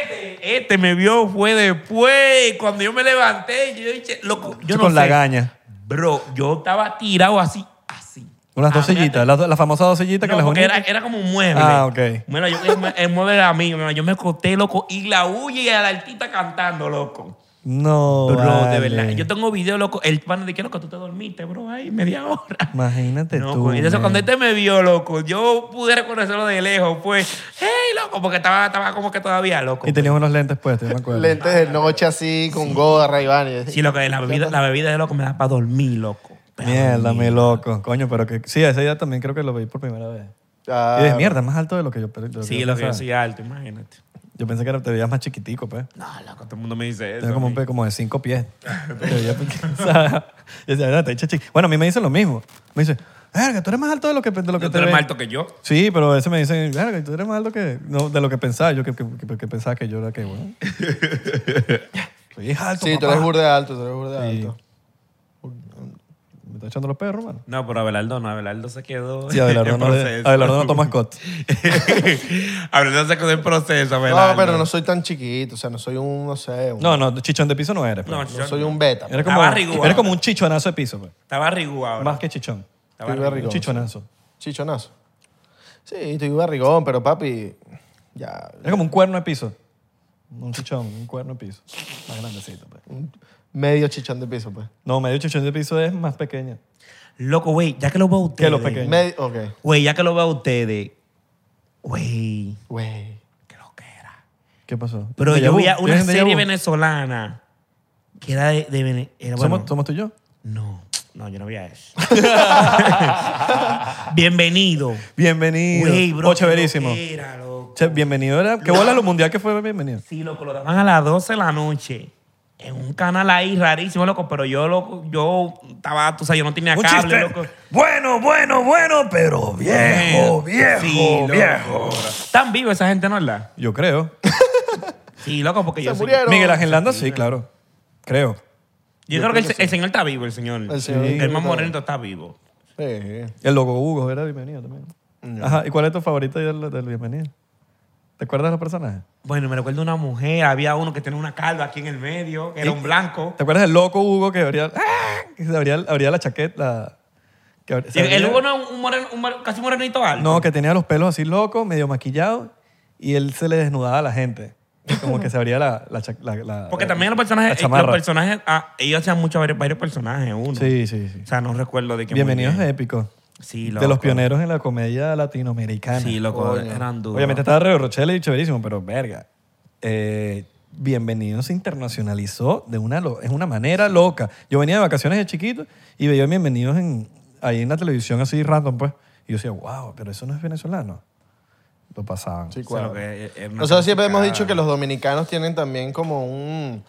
S1: este, este me vio fue después. Cuando yo me levanté, yo dije, loco, yo no
S4: Con la
S1: sé.
S4: gaña.
S1: Bro, yo estaba tirado así, así.
S4: Unas dos
S1: Ah, mira,
S4: sillitas. Las la famosa dos sillitas que
S1: no,
S4: las
S1: porque
S4: uní.
S1: era, era como un mueble.
S4: Ah, ok.
S1: Bueno, yo, el, mue- el mueble era mío. mira, Yo me corté, loco, y la huye y al artista cantando, loco.
S4: No,
S1: Bro, de
S4: vale.
S1: verdad. Yo tengo video, loco. El pana de que, loco, tú te dormiste, bro, ahí media hora.
S4: Imagínate
S1: No,
S4: tú.
S1: pues, entonces,
S4: man.
S1: cuando este me vio, loco, yo pude reconocerlo de lejos. Pues, hey, loco, porque estaba, estaba como que todavía, loco.
S4: Y tenías unos lentes puestos, yo me acuerdo.
S3: Lentes de noche así, con gorra y vaina.
S1: Sí, loco, la bebida, la bebida de loco me da para dormir, loco. Pa'
S4: Mierda,
S1: dormir.
S4: mi loco. Coño, pero que... Sí, esa idea también creo que lo vi por primera vez.
S3: Ah,
S4: Y dije, mierda, es más alto de lo que yo, de lo que
S1: Sí,
S4: yo
S1: lo que yo
S4: pensaba.
S1: soy alto, imagínate.
S4: Yo pensé que era- te veías más chiquitico, pues.
S1: No, loco, todo el mundo me dice eso.
S4: Tenía como, un,
S1: a mí.
S4: pe- como de cinco pies. Te veía pequeño. O sea, yo decía, "No, te he hecho chiqui-". Bueno, a mí me dicen lo mismo. Me dicen, verga, tú eres más alto de lo que, de lo que
S1: Yo
S4: te
S1: tú eres
S4: ves".
S1: más alto que yo.
S4: Sí, pero a veces me dicen, verga, tú eres más alto que, no, de lo que pensaba. Yo que, que, que- que pensaba que yo era que, bueno. Soy alto,
S3: sí, tú
S4: papá.
S3: eres burde alto, tú eres burde
S4: Sí.
S3: alto.
S4: Me está echando los perros, mano.
S1: No, pero Abelardo no. Abelardo se quedó
S4: Sí, Abelardo
S1: en
S4: no, le-
S1: proceso.
S4: Abelardo no toma Scott.
S1: Abelardo se quedó en proceso, Abelardo.
S3: No, pero no soy tan chiquito, o sea, no soy un, no sé, un-
S4: Pues No, no, chichón de piso no eres.
S1: No,
S4: No,
S3: no
S1: yo-
S3: soy un beta.
S4: eres,
S1: Está
S4: como,
S1: barrigudo.
S4: eres como un chichonazo de piso, pues.
S1: Está barrigú ahora.
S4: más que chichón.
S1: Está
S3: Estoy
S1: barrigú.
S3: barrigón.
S4: Chichonazo.
S3: Chichonazo. Sí, estoy barrigón, pero papi, ya,
S4: Eres como un cuerno de piso. Un chichón, un cuerno de piso. Más grandecito, pues.
S3: medio chichón de piso, pues.
S4: No, medio chichón de piso es más pequeña.
S1: Loco, güey, ya que lo veo a ustedes.
S4: Que los pequeños.
S3: Medio, ok,
S1: Güey, ya que lo veo a ustedes. Güey,
S3: güey.
S1: qué loquera.
S4: ¿Qué pasó?
S1: Pero
S4: ¿Déjà
S1: yo
S4: vu?
S1: vi a una
S4: ¿Tienes déjà
S1: serie
S4: vu?
S1: venezolana que era de, de Vene- era, bueno,
S4: ¿Somos, somos tú y yo?
S1: No, no, yo no veía eso. Bienvenido.
S4: Bienvenido.
S1: Güey, bro.
S4: Oh,
S1: qué
S4: chéverísimo.
S1: loquera, loco.
S4: Che, bienvenido era. Qué bola lo mundial que fue bienvenido.
S1: Sí, loco, lo daban a las 12 de la noche. En un canal ahí rarísimo, loco, pero yo, loco, yo estaba, tú sabes, yo no tenía
S4: Un
S1: cable,
S4: chiste.
S1: loco.
S4: Bueno, bueno, bueno, pero viejo, viejo,
S1: Sí, loco.
S4: viejo.
S1: Están vivos esa gente, ¿no es la?
S4: Yo creo.
S1: Sí, loco, porque yo
S3: Se
S1: sé-
S3: murieron.
S4: Miguel Ángel Landa, sí, claro. Creo.
S1: Yo, creo que el, se- el señor está vivo, el señor.
S3: El señor
S1: El más
S3: está-
S1: morenito está vivo.
S3: Sí.
S4: El logo Hugo era bienvenido también. Ajá. ¿Y cuál es tu favorito del, del bienvenido? ¿Te acuerdas de los personajes?
S1: Bueno, me recuerdo una mujer, había uno que tenía una calva aquí en el medio, que era un blanco.
S4: ¿Te acuerdas del loco Hugo que abría, ¡ah! que se abría, abría la chaqueta? la- que abría- se
S1: Sí, el
S4: abría-
S1: Hugo no es un moreno, un moreno- casi un morenito alto.
S4: No, que tenía los pelos así locos, medio maquillado, y él se le desnudaba a la gente. Como que se abría la, la, cha- la- la-
S1: Porque
S4: la-
S1: también los
S4: la
S1: personajes, eh, los
S4: chamarra.
S1: personajes, ah, ellos hacían muchos varios, varios personajes, uno.
S4: Sí, sí, sí.
S1: O sea, no recuerdo de qué. muy
S4: Bienvenidos
S1: bien.
S4: épicos.
S1: Sí,
S4: De los
S1: loco.
S4: pioneros en la comedia latinoamericana.
S1: Sí, loco,
S3: Coño.
S1: eran duros.
S4: Obviamente estaba Reo Rochelle y chéverísimo, pero verga. Eh, Bienvenidos se internacionalizó de una, lo- es una manera loca. Yo venía de vacaciones de chiquito y veía Bienvenidos en, ahí en la televisión así random, pues. Y yo decía, wow, pero eso no es venezolano. Lo pasaban.
S3: Sí,
S1: O sea,
S3: claro.
S1: lo que eh, es- es una
S3: Nosotros siempre hemos
S1: complicada.
S3: dicho que los dominicanos tienen también como un,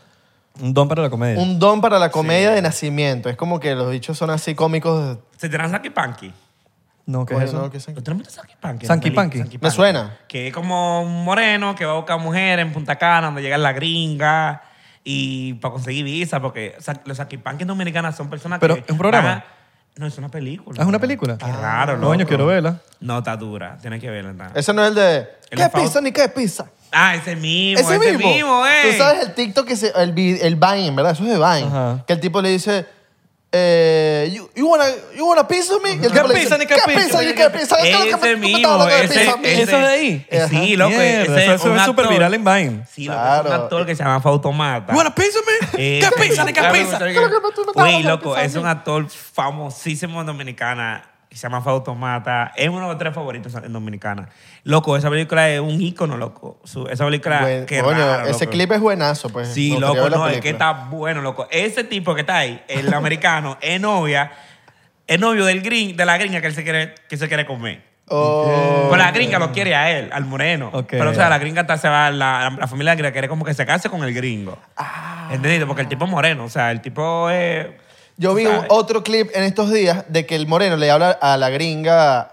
S4: Un don para la comedia.
S3: un don para la comedia de nacimiento. Es como que los dichos son así cómicos.
S1: ¿Se tiran Saki Panky?
S4: No, ¿qué es
S3: Coño,
S4: eso?
S3: no, ¿qué sé?
S1: ¿Usted no viste Saki Panky?
S4: Sanky
S1: La peli-
S4: Panky.
S1: Sanky
S3: Me suena.
S1: Que es como un moreno que va a buscar mujeres en Punta Cana, donde llegan las gringas y para conseguir visa, porque sa- los Saki Panky dominicanas son personas
S4: Pero,
S1: que.
S4: ¿es un programa?
S1: van a- no, es una película.
S4: Ah, ¿es una película?
S1: Qué raro, loco.
S4: Coño, quiero verla.
S1: No, está dura. Tienes que verla. está.
S3: Ese no es el de. ¿Qué
S1: de Fausto?
S3: pizza ni qué pizza?
S1: Ah, ese mismo. Ese, mismo. eh.
S3: Tú sabes el TikTok que se. El, vi- el Vine, ¿verdad? Eso es de Vine.
S4: Ajá.
S3: Que el tipo le dice. Eh, you, you wanna, you wanna pizza me? Y el
S4: ¿Qué
S3: tipo le
S4: pizza
S3: dice,
S4: ni qué pizza?
S3: ni qué pizza? ¿Qué es lo
S1: Ese
S3: que me- tú me estás
S1: mismo.
S3: hablando de
S1: Ese,
S3: pizza a mí?
S1: ese-
S4: ¿Eso es de ahí?
S1: Eh, Sí,
S4: Ajá.
S1: loco.
S4: Mierda,
S1: ese
S4: eso- eso
S1: un
S4: es
S1: actor.
S4: superviral en Vine.
S1: Sí, loco, es un
S3: Claro.
S1: actor que se llama Fautomata.
S4: Bueno, písame.
S1: Eh,
S4: ¿Qué pizza ni qué
S1: claro,
S4: pizza?
S1: claro,
S3: Creo que tú me estabas
S1: Güey,
S3: hablando de
S1: loco,
S3: pizza a
S1: es
S3: mí.
S1: un actor famosísimo en Dominicana. que Se llama Fautomata. Es uno de los tres favoritos en Dominicana. Loco, esa película es un ícono, loco. Su- esa película.
S3: Bueno,
S1: qué
S3: coño,
S1: raro,
S3: ese
S1: loco.
S3: clip es buenazo, pues.
S1: Sí,
S3: Me gustaría
S1: loco,
S3: ver la
S1: no, es
S3: película.
S1: que está bueno, loco. Ese tipo que está ahí, el americano, es novia, es novio del green, de la gringa que él se quiere, que se quiere comer.
S3: Oh.
S1: Pero la gringa lo quiere a él, al moreno.
S4: Ok.
S1: Pero, o sea, la gringa está, se va, la, la familia gringa quiere como que se case con el gringo. ¿Entendido? Porque el tipo es moreno, o sea, el tipo es...
S3: Yo vi oh,
S1: ¿sabes?
S3: otro clip en estos días de que el moreno le habla a la gringa. a-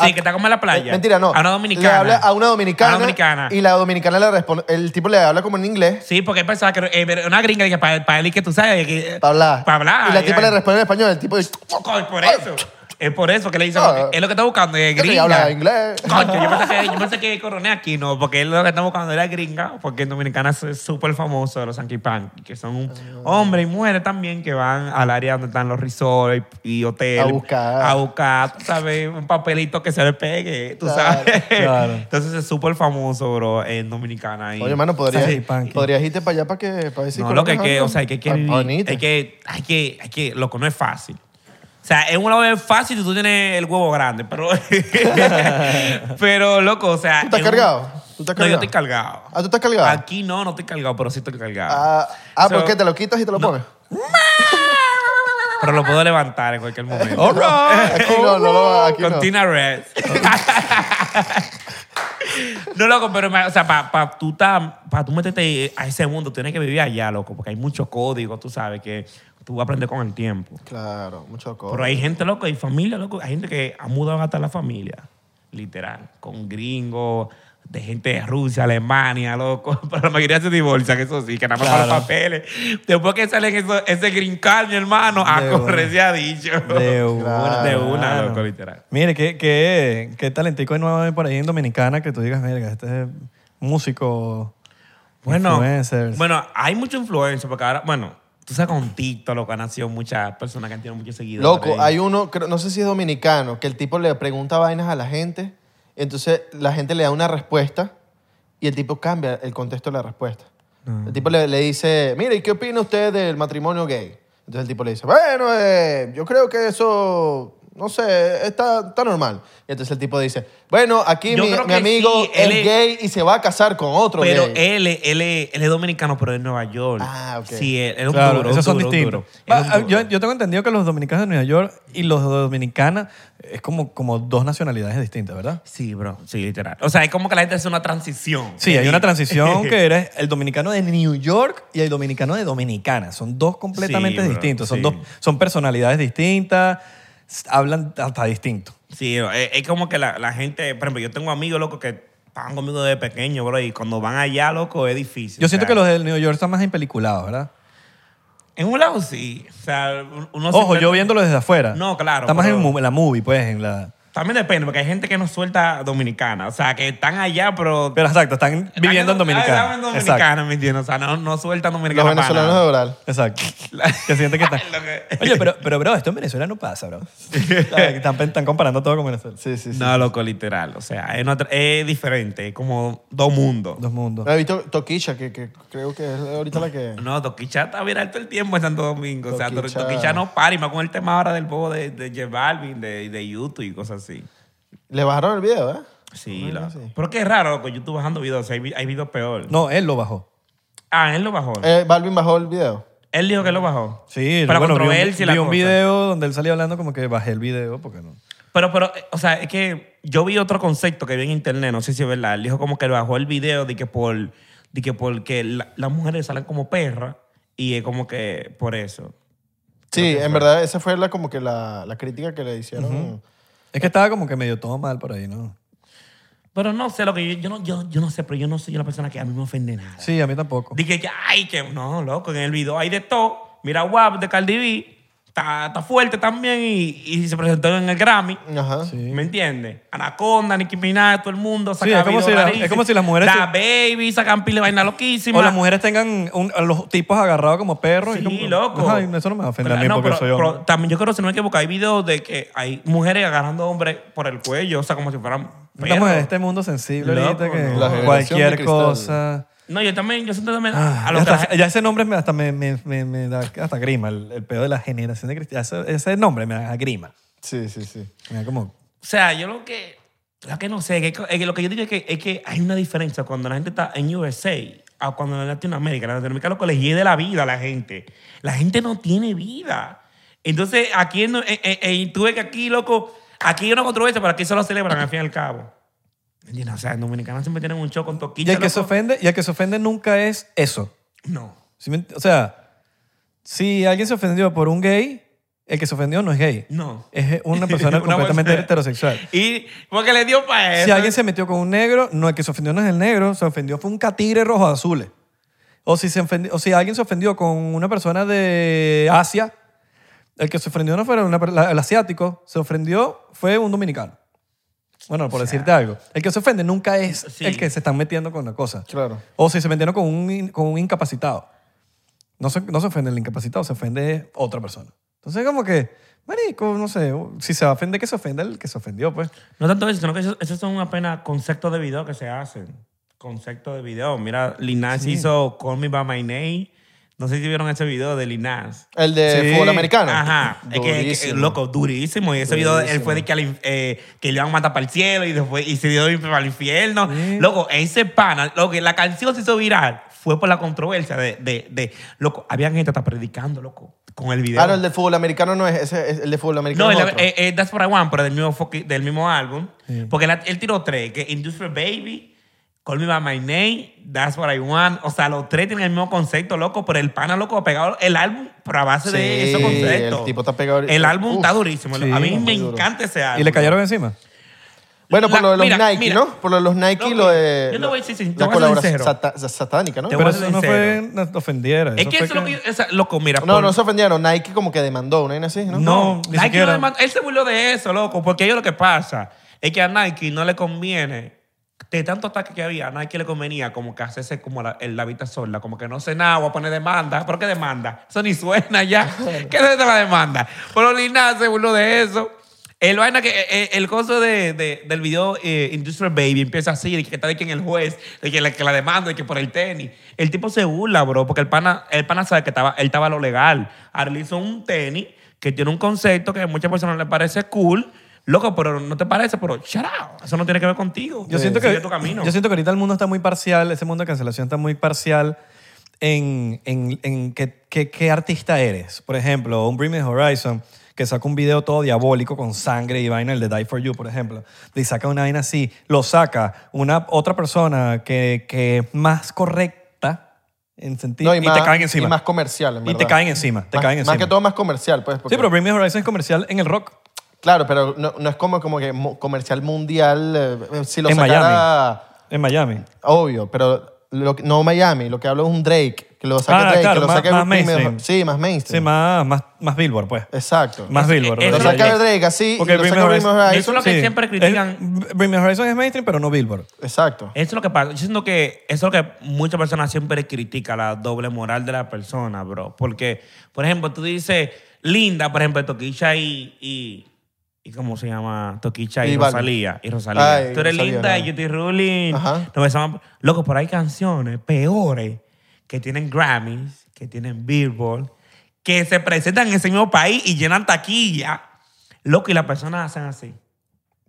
S3: a-
S1: Sí, que está como en la playa.
S3: Eh, Mentira, no.
S1: A una dominicana.
S3: Le habla a una dominicana.
S1: A una dominicana.
S3: Y la dominicana le responde. El tipo le habla como en inglés.
S1: Sí, porque él pensaba que eh, pero una gringa que para, él y que tú sabes... Que, eh,
S3: Para hablar.
S1: Para hablar.
S3: Y la
S1: y
S3: tipa
S1: ahí-
S3: le responde en español. El tipo dice.
S1: Coño, es por eso. Es por eso que le dice,
S3: Ah.
S1: porque es lo que está buscando, es
S3: Yo que
S1: gringa.
S3: habla inglés.
S1: Coño, yo pensé que, yo pensé que coroné aquí, no, porque es lo que está buscando era gringa, porque en Dominicana es súper famoso los Sanky Panky, que son
S3: Ah.
S1: hombres y mujeres también que van al área donde están los resorts y, y hoteles.
S3: A buscar.
S1: A buscar, tú sabes, un papelito que se le pegue, tú
S3: Claro.
S1: sabes.
S4: Claro.
S1: Entonces es súper famoso, bro, en Dominicana. y-
S3: Oye, mano, ¿podrías,
S4: Sí, panqui.
S3: podrías irte para allá para que. Para ver si
S1: no, lo que hay
S3: conoces Ah,
S1: que,
S3: algo?
S1: o sea, hay que, que
S3: Pa- pa'
S1: vivir,
S3: venirte.
S1: hay que, hay que, hay que, loco, no es fácil. O sea, es una vez fácil si tú tienes el huevo grande, pero, pero loco, o sea.
S3: ¿Tú estás
S1: es un-
S3: cargado? ¿Tú
S1: No,
S3: estás
S1: yo
S3: cargado?
S1: estoy cargado.
S3: Ah, ¿tú estás cargado?
S1: Aquí no, no estoy cargado, pero sí estoy cargado.
S3: Ah, ah,
S1: So-
S3: ¿por qué? ¿Te lo quitas y te lo pones?
S1: pero lo puedo levantar en cualquier momento.
S4: All right.
S3: Aquí no, no lo aquí
S1: Con
S3: Oh, no.
S1: Tina Red. no, loco, pero me- o sea, para tú, ta- pa tú meterte a ese mundo, tienes que vivir allá, loco, porque hay muchos códigos, tú sabes, que tú vas a aprender con el tiempo.
S3: Claro, mucho
S1: Pero
S3: cosas.
S1: hay gente, loco, hay familia, loco, hay gente que ha mudado hasta la familia, literal, con gringos, de gente de Rusia, Alemania, loco. Pero la mayoría se divorcian, eso sí, que nada más para los papeles. Después que salen eso- ese green card, mi hermano, a
S4: De
S1: correr
S4: una.
S1: se ha dicho.
S4: De una.
S1: De una,
S4: Claro.
S1: loco, literal.
S4: Mire, qué, qué, qué talentico nuevo hay por ahí en Dominicana que tú digas, mira, este es músico,
S1: Bueno,
S4: influencers.
S1: bueno, hay mucho influencer porque ahora, bueno, tú sabes con TikTok, loco, han nacido muchas personas que han tenido muchos seguidores.
S3: Loco, hay uno, creo- no sé si es dominicano, que el tipo le pregunta vainas a la gente, entonces la gente le da una respuesta y el tipo cambia el contexto de la respuesta.
S1: Ah.
S3: El tipo le, le dice, mire, ¿y qué opina usted del matrimonio gay? Entonces el tipo le dice, bueno, eh, yo creo que eso, no sé, está, está normal. Y entonces el tipo dice, bueno, aquí
S1: Yo
S3: mi,
S1: creo
S3: mi
S1: que
S3: amigo
S1: sí,
S3: es
S1: él es-
S3: gay y se va a casar con otro
S1: Pero
S3: gay.
S1: él, es- él, es- él es dominicano, pero es de Nueva York.
S3: Ah, ok.
S1: Sí, él, él es un
S4: Claro,
S1: duro,
S4: esos
S1: un
S4: son
S1: duro, un
S4: distintos.
S1: duro. Él
S4: Va, ah,
S1: es un
S4: yo,
S1: duro.
S4: yo tengo entendido que los dominicanos de Nueva York y los dominicanas es como, como dos nacionalidades distintas, ¿verdad?
S1: Sí, bro. Sí, literal. O sea, es como que la gente hace una transición.
S4: Sí, hay una transición que eres el dominicano de New York y el dominicano de Dominicana. Son dos completamente
S1: Sí, bro,
S4: distintos. Son,
S1: sí.
S4: dos, son personalidades distintas, s- hablan hasta distinto.
S1: Sí, bro, es, es como que la, la gente, por ejemplo, yo tengo amigos, loco, que estaban conmigo desde pequeño, bro, y cuando van allá, loco, es difícil.
S4: Yo
S1: O
S4: siento
S1: sea,
S4: que los de New York están más empeliculados, ¿verdad?
S1: En un lado sí. O sea, un- uno
S4: Ojo,
S1: siempre-
S4: yo viéndolo desde afuera.
S1: No, claro,
S4: Está más
S1: pero-
S4: en mu- la movie, pues, en la...
S1: También depende, porque hay gente que no suelta dominicana. O sea, que están allá, pero.
S4: Pero exacto, están
S1: están
S4: viviendo en Dominicana.
S1: Ah, están en Dominicana, ¿me entiendes? O sea, no, no sueltan dominicana.
S3: Los
S1: para
S3: venezolanos
S1: nada.
S3: de Oral.
S4: Exacto. Que sienten que están...
S1: Lo que-
S4: Oye, pero, pero, bro, esto en Venezuela no pasa, bro. están, están comparando todo con Venezuela.
S3: Sí, sí, sí.
S1: No, loco, literal. O sea, es, una tra- es diferente, es como dos mundos.
S4: Dos mundos.
S3: No, he visto Toquicha, que, que creo que es ahorita la que...
S1: No, Toquicha está viral todo el tiempo en Santo Domingo. O sea, Tor-
S3: Toquicha.
S1: Toquicha no para. Y más con el tema ahora del bobo de, de J Balvin, de, de YouTube y cosas así.
S3: Le bajaron el video, ¿eh? ¿verdad?
S1: Sí, loco. Pero que es raro, loco. YouTube bajando videos. O sea, hay, vi- hay videos peor.
S4: No, él lo bajó.
S1: Ah, él lo bajó.
S3: Eh, Balvin bajó el video.
S1: Él dijo que lo bajó.
S4: Sí,
S1: Para
S4: bueno, vi un-
S1: controversia y
S4: vi
S1: la
S4: un
S1: cosa.
S4: video donde él salía hablando como que bajé el video porque no.
S1: Pero, pero, eh, o sea, es que yo vi otro concepto que vi en internet, no sé si es verdad. Él dijo como que bajó el video de que por, de que porque la- las mujeres salen como perras y es como que por eso.
S3: Sí, en verdad esa fue la, como que la, la crítica que le hicieron.
S4: Es que estaba como que medio todo mal por ahí, ¿no?
S1: Pero no sé, lo que yo, yo no, yo, yo no sé, pero yo no soy una persona que a mí me ofende nada.
S4: Sí, a mí tampoco.
S1: Dije que, ay, que no, loco, en el video hay de todo. Mira, guap de Cardi B, está, está fuerte también y, y se presentó en el Grammy.
S3: Ajá.
S4: Sí.
S1: ¿Me entiendes? Anaconda, Nicki Minaj, todo el mundo saca
S4: es como
S1: videos
S4: si la-
S1: rarísimos.
S4: es como si las mujeres
S1: La baby sacan pile de vaina loquísima.
S4: O las mujeres tengan un- a los tipos agarrados como perros. y
S1: Sí,
S4: como-
S1: loco.
S4: Ajá, eso no me va a ofender a
S1: Pero-
S4: mí
S1: no,
S4: porque
S1: pero-
S4: soy hombre.
S1: pero también yo creo, si no me equivoco, hay videos de que hay mujeres agarrando hombres por el cuello, o sea, como si fueran
S4: Estamos
S1: perros.
S4: en este mundo sensible
S1: Loco,
S4: ahorita que
S1: no.
S3: La generación de
S4: cualquier
S3: cristal.
S4: cosa...
S1: No, yo también, yo siento también
S4: Ah,
S1: a
S4: ya,
S1: los que la
S4: hasta-
S1: gente-
S4: ya ese nombre me, hasta me, me- me- me da hasta grima, el, el pedo de la generación de cristianos. Ese, ese nombre me da grima.
S3: Sí, sí, sí.
S4: Me da como...
S1: O sea, yo lo que, lo que no sé, que, es que lo que yo digo es que, es que hay una diferencia cuando la gente está en USA a cuando en Latinoamérica. La Latinoamérica lo que les de la vida a la gente. La gente no tiene vida. Entonces, aquí, no- eh, eh, eh, tú ves que aquí, loco, aquí hay una controversia, pero aquí solo celebran al fin y al cabo. ¿Me ¿Entiendes? O sea, en Dominicana siempre tienen un show con
S4: Y
S1: toquilla.
S4: el que se
S1: loco.
S4: ofende, y el que se ofende nunca es eso.
S1: No.
S4: ¿Sí me ent- o sea, si alguien se ofendió por un gay, el que se ofendió no es gay.
S1: No.
S4: Es una persona
S1: Una
S4: completamente
S1: persona.
S4: heterosexual.
S1: Y porque le dio para eso.
S4: Si alguien se metió con un negro, no, el que se ofendió no es el negro, se ofendió fue un catire rojo azul. O si, se ofendi- o si alguien se ofendió con una persona de Asia, el que se ofendió no fue una per- la- el asiático, se ofendió fue un dominicano. Bueno, por decirte algo. El que se ofende nunca es
S1: Sí.
S4: el que se están metiendo con la cosa.
S3: Claro.
S4: O si se metieron con un, in- con un incapacitado. No se, no se ofende el incapacitado, se ofende otra persona. Entonces, como que, marico, no sé, si se va a ofender, que se ofenda el que se ofendió, pues.
S1: No tanto eso, sino que eso- esos son apenas conceptos de video que se hacen. Conceptos de video. Mira, Lil Nas hizo Call Me By My Name. No sé si vieron ese video de Lil Nas.
S3: El de
S4: Sí.
S3: fútbol americano.
S1: Ajá. Es que- Es que,
S3: Durísimo.
S1: loco, durísimo. Y ese video, él fue de que, al in- eh, que le iban a matar para el cielo y después y se dio para el infierno.
S4: Sí.
S1: Loco, ese pana, lo que la canción se hizo viral fue por la controversia de, de, de- loco, habían gente hasta predicando, loco. con el video.
S3: Claro, el del fútbol americano no es ese, es el de fútbol americano.
S1: no,
S3: es
S1: el-
S3: otro.
S1: eh, eh, That's What I Want, pero del mismo, fucking- del mismo álbum. Porque la- él tiró tres, que Industrial Baby, Call Me By My Name, That's What I Want. O sea, los tres tienen el mismo concepto, loco, pero el pana, loco, ha pegado el álbum, pero a base de
S3: Sí,
S1: esos conceptos.
S3: el tipo está pegado-
S1: El álbum
S3: Uf,
S1: está durísimo.
S4: sí,
S1: a mí me
S3: muy duro.
S1: encanta ese álbum.
S4: ¿Y le cayeron encima?
S3: Bueno, por
S1: la-
S3: lo de los
S1: mira,
S3: Nike,
S1: mira.
S3: ¿no? Por lo de los Nike y
S1: Loco,
S3: lo de.
S1: yo te voy a decir sin- te
S3: La
S1: voy a ser
S3: colaboración
S1: sincero.
S3: sata- sa- satánica, ¿no?
S1: Te voy
S4: Pero
S1: a ser
S4: eso no fue
S1: sincero.
S4: no te ofendiera.
S1: Es que
S4: fue
S1: eso es lo que yo, o sea, loco, mira.
S3: No,
S1: por-
S3: no se ofendieron. Nike como que demandó una vaina así, ¿no?
S4: No, ni
S1: Nike
S4: siquiera.
S1: no demanda- él se burló de eso, loco, porque ellos lo que pasa es que a Nike no le conviene. De tanto ataque que había, a Nike le convenía como que hacerse como la, el- la vista sola, como que no sé nada, voy a poner demanda. ¿Pero qué demanda? Eso ni suena ya. ¿Qué es la demanda? Pero ni nada se burló de eso. El vaina que eh, el, coso de, de- del video eh, Industrial Baby empieza así, de que está de que en el juez, de que la, que la demanda, de que por el tenis. El tipo se burla, bro, porque el pana, el pana sabe que estaba, él estaba a lo legal. Ahora le hizo un tenis que tiene un concepto que a muchas personas les parece cool. Loco, pero no te parece, pero shut out. Eso no tiene que ver contigo.
S4: Yo siento, que,
S1: Eh, Sigue tu camino.
S4: yo siento que ahorita el mundo está muy parcial, ese mundo de cancelación está muy parcial en, en, en qué, qué- qué artista eres. Por ejemplo, un Bring Me the Horizon que saca un video todo diabólico con sangre y vaina, el de Die For You, por ejemplo, y saca una vaina así, lo saca una otra persona que, que es más correcta en sentido
S3: No, y, más,
S4: te caen encima.
S3: y más comercial, en
S4: Y
S3: verdad.
S4: te caen encima, te
S3: Más-
S4: caen encima.
S3: Más que todo más comercial, pues. porque-
S4: sí, pero Bring Me the Horizon es comercial en el rock.
S3: Claro, pero no, no es como, como que mu- comercial mundial. eh, eh, Si lo
S4: En
S3: sacara,
S4: En Miami.
S3: obvio, pero lo que- no Miami, lo que hablo es un Drake, que lo saque
S4: Ah,
S3: Drake,
S4: claro,
S3: que lo
S4: más-
S3: saque
S4: más
S3: primero.
S4: mainstream.
S3: Sí, más mainstream.
S4: Sí, más, más, más Billboard, pues.
S3: Exacto.
S4: Más
S1: Es-
S4: Billboard.
S1: es-
S3: lo
S4: ¿verdad?
S1: saca
S3: saca Drake así,
S4: Porque
S3: y lo
S4: Bring
S3: saca
S4: Me
S3: Bring Me
S4: Horizon-
S3: Horizon.
S1: Eso es lo que siempre critican.
S4: El- Bring Me Horizon es mainstream, pero no Billboard.
S3: Exacto.
S1: Eso es lo que pasa. Yo siento que eso es lo que muchas personas siempre critican, la doble moral de la persona, bro. Porque, por ejemplo, tú dices, Linda, por ejemplo, Toquicha y, y, y ¿cómo se llama? Toquicha y,
S3: Y Balvin.
S1: Rosalía. Y Rosalía.
S3: Ay,
S1: tú eres
S3: Rosalía,
S1: Linda
S3: no.
S1: y yo estoy Ruling.
S3: Ajá.
S1: Nos besamos. Loco, pero hay canciones peores que tienen Grammys, que tienen Billboard, que se presentan en ese mismo país y llenan taquilla. Loco, y las personas hacen así.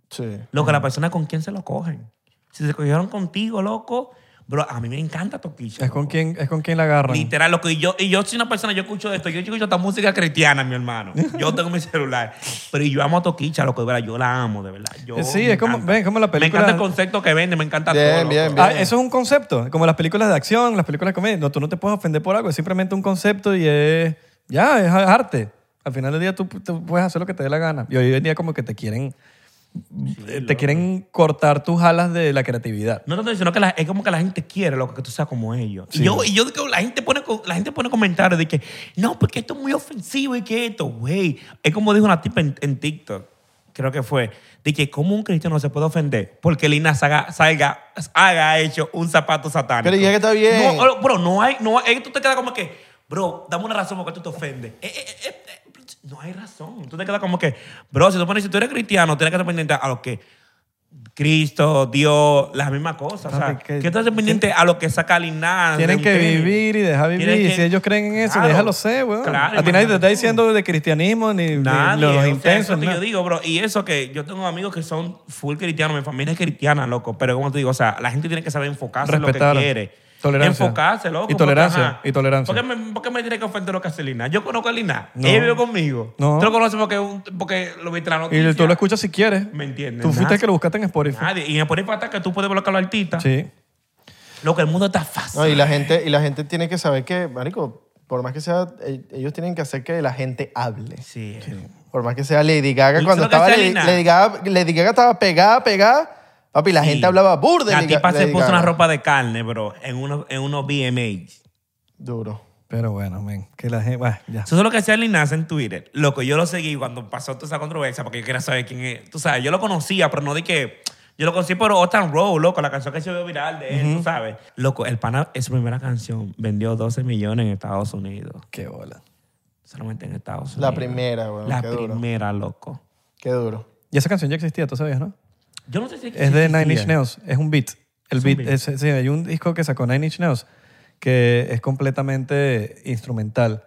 S3: Sí.
S1: Loco,
S4: Mm.
S1: la persona con quién se lo cogen. Si se cogieron contigo, loco, bro, a mí me encanta Toquicha.
S4: Es con quien, es con quien la agarran.
S1: Literal, loco. Y yo, y yo soy una persona, yo escucho esto, yo escucho esta música cristiana, mi hermano. Yo tengo mi celular. Pero yo amo a Toquicha, loco, de verdad, yo la amo, de verdad. Yo,
S4: Eh, sí,
S1: me
S4: es como-
S1: encanta.
S4: ven, como la película-
S1: Me encanta el concepto que vende, me encanta
S3: Bien,
S1: todo. loco.
S3: bien, bien.
S4: Ah, eso es un concepto, como las películas de acción, las películas de comedia. No, tú no te puedes ofender por algo, es simplemente un concepto y es, ya, es arte. Al final del día tú, tú puedes hacer lo que te dé la gana. Y hoy en día como que te quieren, eh, te quieren cortar tus alas de la creatividad.
S1: No tanto, sino que la- es como que la gente quiere, loco, que tú seas como ellos.
S4: Sí.
S1: Y yo, y yo digo, la gente, pone, co- la gente pone comentarios de que, no, porque esto es muy ofensivo y que esto, güey. Es como dijo una tipa en, en TikTok, creo que fue, de que cómo un cristiano se puede ofender porque Lina salga, salga haga hecho un zapato satánico.
S3: Pero ya que está bien.
S1: No, bro, no hay, no hay, tú te quedas como que, bro, dame una razón por qué tú te ofendes. Eh, eh, eh, eh, no hay razón. Tú te quedas como que, bro, si tú, pones, si tú eres cristiano, tienes que estar pendiente a lo que Cristo, Dios, las mismas cosas. O sea,
S4: Papi, que-
S1: que estás pendiente a lo que saca Lina.
S4: Tienen que vivir y dejar vivir.
S1: Tienen
S4: Y
S1: que-
S4: si ellos creen en eso,
S1: Claro.
S4: déjalo ser, weón.
S1: Claro,
S4: A ti nadie te
S1: imagínate.
S4: está diciendo de cristianismo ni, ni
S1: Nadie, o
S4: los
S1: sea, eso
S4: intensos.
S1: es lo que
S4: nada.
S1: yo digo, bro. Y eso que yo tengo amigos que son full cristianos, mi familia es cristiana, loco. Pero como te digo, o sea, la gente tiene que saber enfocarse en
S4: Respetar.
S1: lo que quiere.
S4: Tolerancia.
S1: Enfocarse, loco.
S4: Y tolerancia,
S1: ajá,
S4: y tolerancia.
S1: ¿Por qué me, por qué me tiene que ofender lo que hace Lina? Yo conozco a Lina.
S4: No.
S1: Ella vive conmigo.
S4: No.
S1: Tú lo conoces porque, es un- porque lo viste en la
S4: Y tú
S1: noticia.
S4: lo escuchas si quieres.
S1: ¿Me entiendes?
S4: Tú fuiste
S1: Nada.
S4: el que lo buscaste en Spotify.
S1: Nadie. Y me pone pata que tú puedes bloquear a los artistas.
S4: Sí.
S1: Loco, el mundo está fácil.
S3: No, y la gente, y la gente tiene que saber que, marico, por más que sea, eh, ellos tienen que hacer que la gente hable.
S1: Sí. eh.
S3: Por más que sea Lady Gaga,
S1: Yo
S3: cuando
S1: creo que
S3: estaba
S1: sea
S3: Lady,
S1: Lina.
S3: Lady Gaga, Lady Gaga estaba pegada, pegada. Papi, la gente hablaba burda. de
S1: La
S3: Lady Ga-
S1: tipa se
S3: Lady
S1: puso
S3: Gaga.
S1: una ropa de carne, bro, en unos en unos VMAs.
S3: Duro.
S4: Pero bueno, men, que la gente... Bueno, ya.
S1: Eso es lo que hacía Linaz en Twitter. Loco, yo lo seguí cuando pasó toda esa controversia porque yo quería saber quién es. Tú sabes, yo lo conocía, pero no de que. Yo lo conocí por Otan Road, loco, la canción que se vio viral de él, tú sabes. Loco, el pana, es su primera canción vendió 12 millones en Estados Unidos.
S4: Qué bola.
S1: Solamente en Estados Unidos.
S3: La primera, weón.
S1: La
S3: qué duro.
S1: primera, loco.
S3: Qué duro.
S4: Y esa canción ya existía, tú sabías, ¿no?
S1: Yo no sé si
S4: Es de Nine Inch
S1: existía.
S4: Nails, es un beat. El
S1: Es un
S4: beat,
S1: beat.
S4: es- sí, hay un disco que sacó Nine Inch Nails que es completamente instrumental.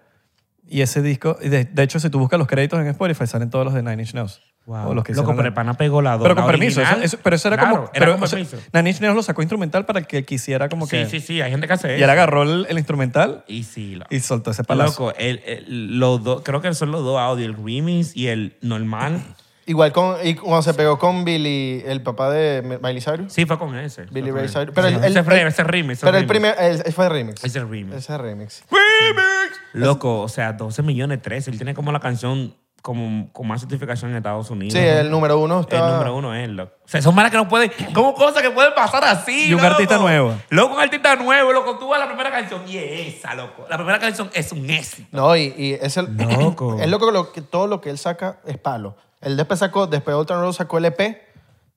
S4: Y ese disco, y de, de hecho, si tú buscas los créditos en Spotify, salen todos los de Nine Inch Nails.
S1: Wow.
S4: O los que
S1: Loco,
S4: hicieron la-
S1: pero el pana pegó la dos.
S4: Pero con
S1: la
S4: permiso.
S1: original.
S4: eso- eso- pero eso era
S1: Claro,
S4: como. pero
S1: con
S4: eso-
S1: permiso.
S4: Nancy Nails lo sacó instrumental para que quisiera como que.
S1: Sí, sí, sí, hay gente que hace
S4: Y él
S1: eso.
S4: agarró el, el instrumental
S1: Y sí, lo-
S4: y soltó ese palazo.
S1: Loco, el- el- los dos, creo que son los dos audios, el remix y el normal.
S3: Igual con, y cuando se pegó con Billy, el papá de Miley Cyrus.
S1: Sí, fue con ese.
S3: Billy
S1: fue con
S3: Ray
S1: ese.
S3: Cyrus. Pero el-
S1: Ese
S3: el-
S1: fue-
S3: el-
S1: ese remix. ese
S3: Pero el
S1: remix.
S3: primer, el- ese fue el remix.
S1: Ese remix.
S3: Ese remix.
S1: Loco, o sea, 12 millones 13. Él tiene como la canción como, con más certificación en Estados Unidos.
S3: Sí, el número uno
S1: El
S3: estaba...
S1: número uno es él, loco. O sea, son malas que no pueden. Como cosas que pueden pasar así.
S4: Y un
S1: loco.
S4: artista nuevo.
S1: Loco, un artista nuevo, loco. Tú vas a la primera canción y es esa, loco. La primera canción es un éxito.
S3: No, y, y es el...
S1: Loco.
S3: Es loco que lo que todo lo que él saca es palo. Él después sacó, después Old Town Road sacó el EP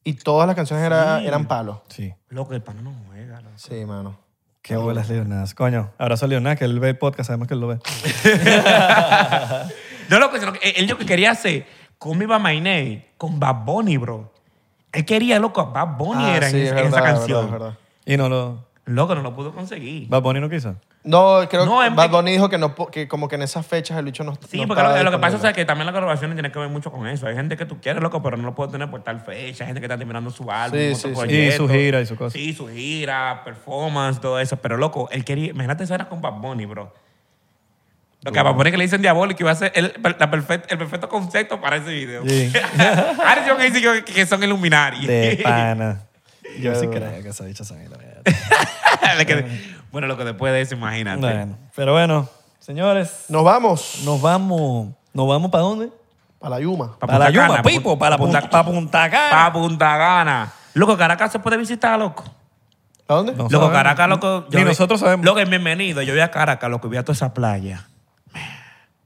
S3: y todas las canciones era- eran palos.
S4: Sí.
S1: Loco, el pana no juega, loco.
S3: Sí, mano.
S4: Qué bolas, Leonas. Coño, abrazo a Leonas, que él ve el podcast, sabemos que él lo ve.
S1: No, loco, sino que él lo que quería hacer con mi Mamá Inés, con Bad Bunny, bro. Él quería, loco, a Bad Bunny
S3: Ah,
S1: era
S3: sí,
S1: en,
S3: es
S1: en
S3: verdad,
S1: esa
S3: es
S1: canción.
S3: verdad, es verdad.
S4: Y no lo.
S1: Loco, no lo pudo conseguir.
S4: Bad Bunny no quiso.
S3: No, creo
S1: No,
S3: que
S1: en-
S3: Bad Bunny dijo que, no, po- que como que en esas fechas el bicho no
S1: Sí,
S3: no
S1: porque
S3: estaba
S1: lo, lo que pasa
S3: disponible.
S1: es que también las colaboraciones tienen que ver mucho con eso. Hay gente que tú quieres, loco, pero no lo puedo tener por tal fecha. Hay gente que está terminando su álbum,
S3: Sí,
S1: otro
S3: sí, sí.
S1: proyecto.
S4: Y su gira y su cosa.
S1: Sí, su gira, performance, todo eso. Pero, loco, él quería... Imagínate, eso era con Bad Bunny, bro. Lo que a Bad Bunny que le dicen diabólico iba a ser el, la perfect- el perfecto concepto para ese video.
S4: Sí.
S1: Ahora yo que dice que, que son iluminarios.
S4: De pana. Yo
S3: Ya,
S4: sí
S3: de verdad.
S4: creo que esa bicha sabe la mierda.
S1: De que- bueno, lo que después de eso, imagínate.
S4: Bueno, pero bueno, señores,
S3: Nos vamos
S4: nos vamos. ¿Nos vamos para dónde?
S3: para la Yuma.
S1: Pa'
S4: Para la
S1: Punta
S4: Yuma,
S1: Cana,
S4: Pipo,
S1: Pun-
S4: para
S1: Punta-
S4: Punta, para Punta Cana.
S1: Para Punta Gana. Loco, Caracas se puede visitar, loco.
S3: ¿A dónde?
S4: No.
S1: loco,
S4: sabemos.
S1: Caracas, loco. yo
S4: Ni
S1: vi-
S4: nosotros sabemos.
S1: Loco, en bienvenido. Yo vi a Caracas, loco, y vi a toda esa playa.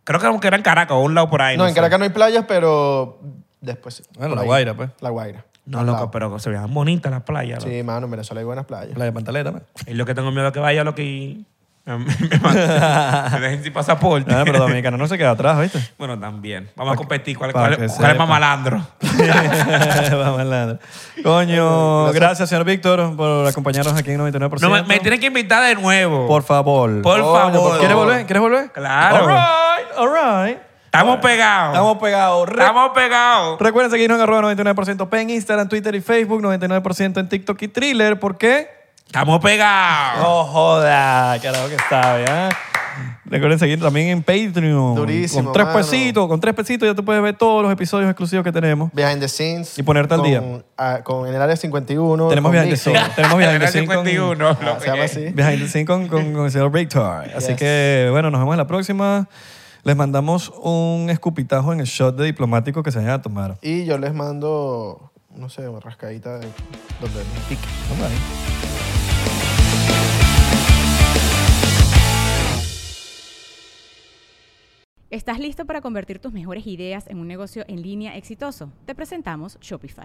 S1: Creo que era- que era en Caracas o un lado por ahí.
S3: No, en
S1: sé.
S3: Caracas no hay playas, pero después sí.
S4: Bueno,
S3: Por
S4: La
S3: ahí.
S4: Guaira, pues.
S3: La Guaira.
S1: No,
S3: Al
S1: loco,
S3: lado.
S1: pero se veían bonitas las playas. loco.
S3: Sí, mano, en Venezuela hay buenas playas.
S4: Playa Pantaleta, pues. man.
S1: Es lo que tengo miedo que vaya, loco, y. Me, manden- me dejen sin pasaporte.
S4: Ah, pero Dominicana no se queda atrás, ¿viste?
S1: Bueno, también. Vamos a competir. ¿Cuál,
S4: pa'
S1: cuál-
S4: que
S1: cuál es
S4: sepa.
S1: más malandro?
S4: Vamos malandro. Coño, gracias, señor Víctor, por acompañarnos aquí en 99%.
S1: No, me, me tienen que invitar de nuevo.
S4: Por favor.
S1: Por
S3: Coño,
S1: favor.
S3: por
S4: ¿Quieres
S3: favor.
S4: volver? ¿Quieres volver?
S1: Claro.
S4: All right, all right.
S1: Estamos pegados.
S4: Estamos pegados. Re-
S1: Estamos pegados.
S4: Recuerden seguirnos en arroba 99% P en Instagram, Twitter y Facebook, 99% en TikTok y Thriller. ¿Por qué?
S1: Estamos pegados.
S4: No joda, carajo que sabe, ¿ah? Recuerden seguir también en Patreon.
S3: Durísimo,
S4: Con tres
S3: mano.
S4: pesitos, con tres pesitos ya tú puedes ver todos los episodios exclusivos que tenemos.
S3: Behind the scenes.
S4: Y ponerte al
S3: con-
S4: día.
S3: ah, con en el área 51.
S4: Tenemos
S3: con
S4: Behind the
S3: Dixon.
S4: Scenes. Tenemos Behind the
S1: Era
S4: Scene con-
S1: 51,
S3: Ah,
S1: loco,
S3: se llama
S1: que-
S3: así.
S4: Behind the Scene con, con, con el señor Victor. Así
S3: Yes.
S4: que, bueno, nos vemos en la próxima. Les mandamos un escupitajo en el shot de diplomático que se vayan a tomar.
S3: Y yo les mando, no sé, una rascadita de donde me pique.
S4: Vamos ahí.
S2: ¿Estás listo para convertir tus mejores ideas en un negocio en línea exitoso? Te presentamos Shopify.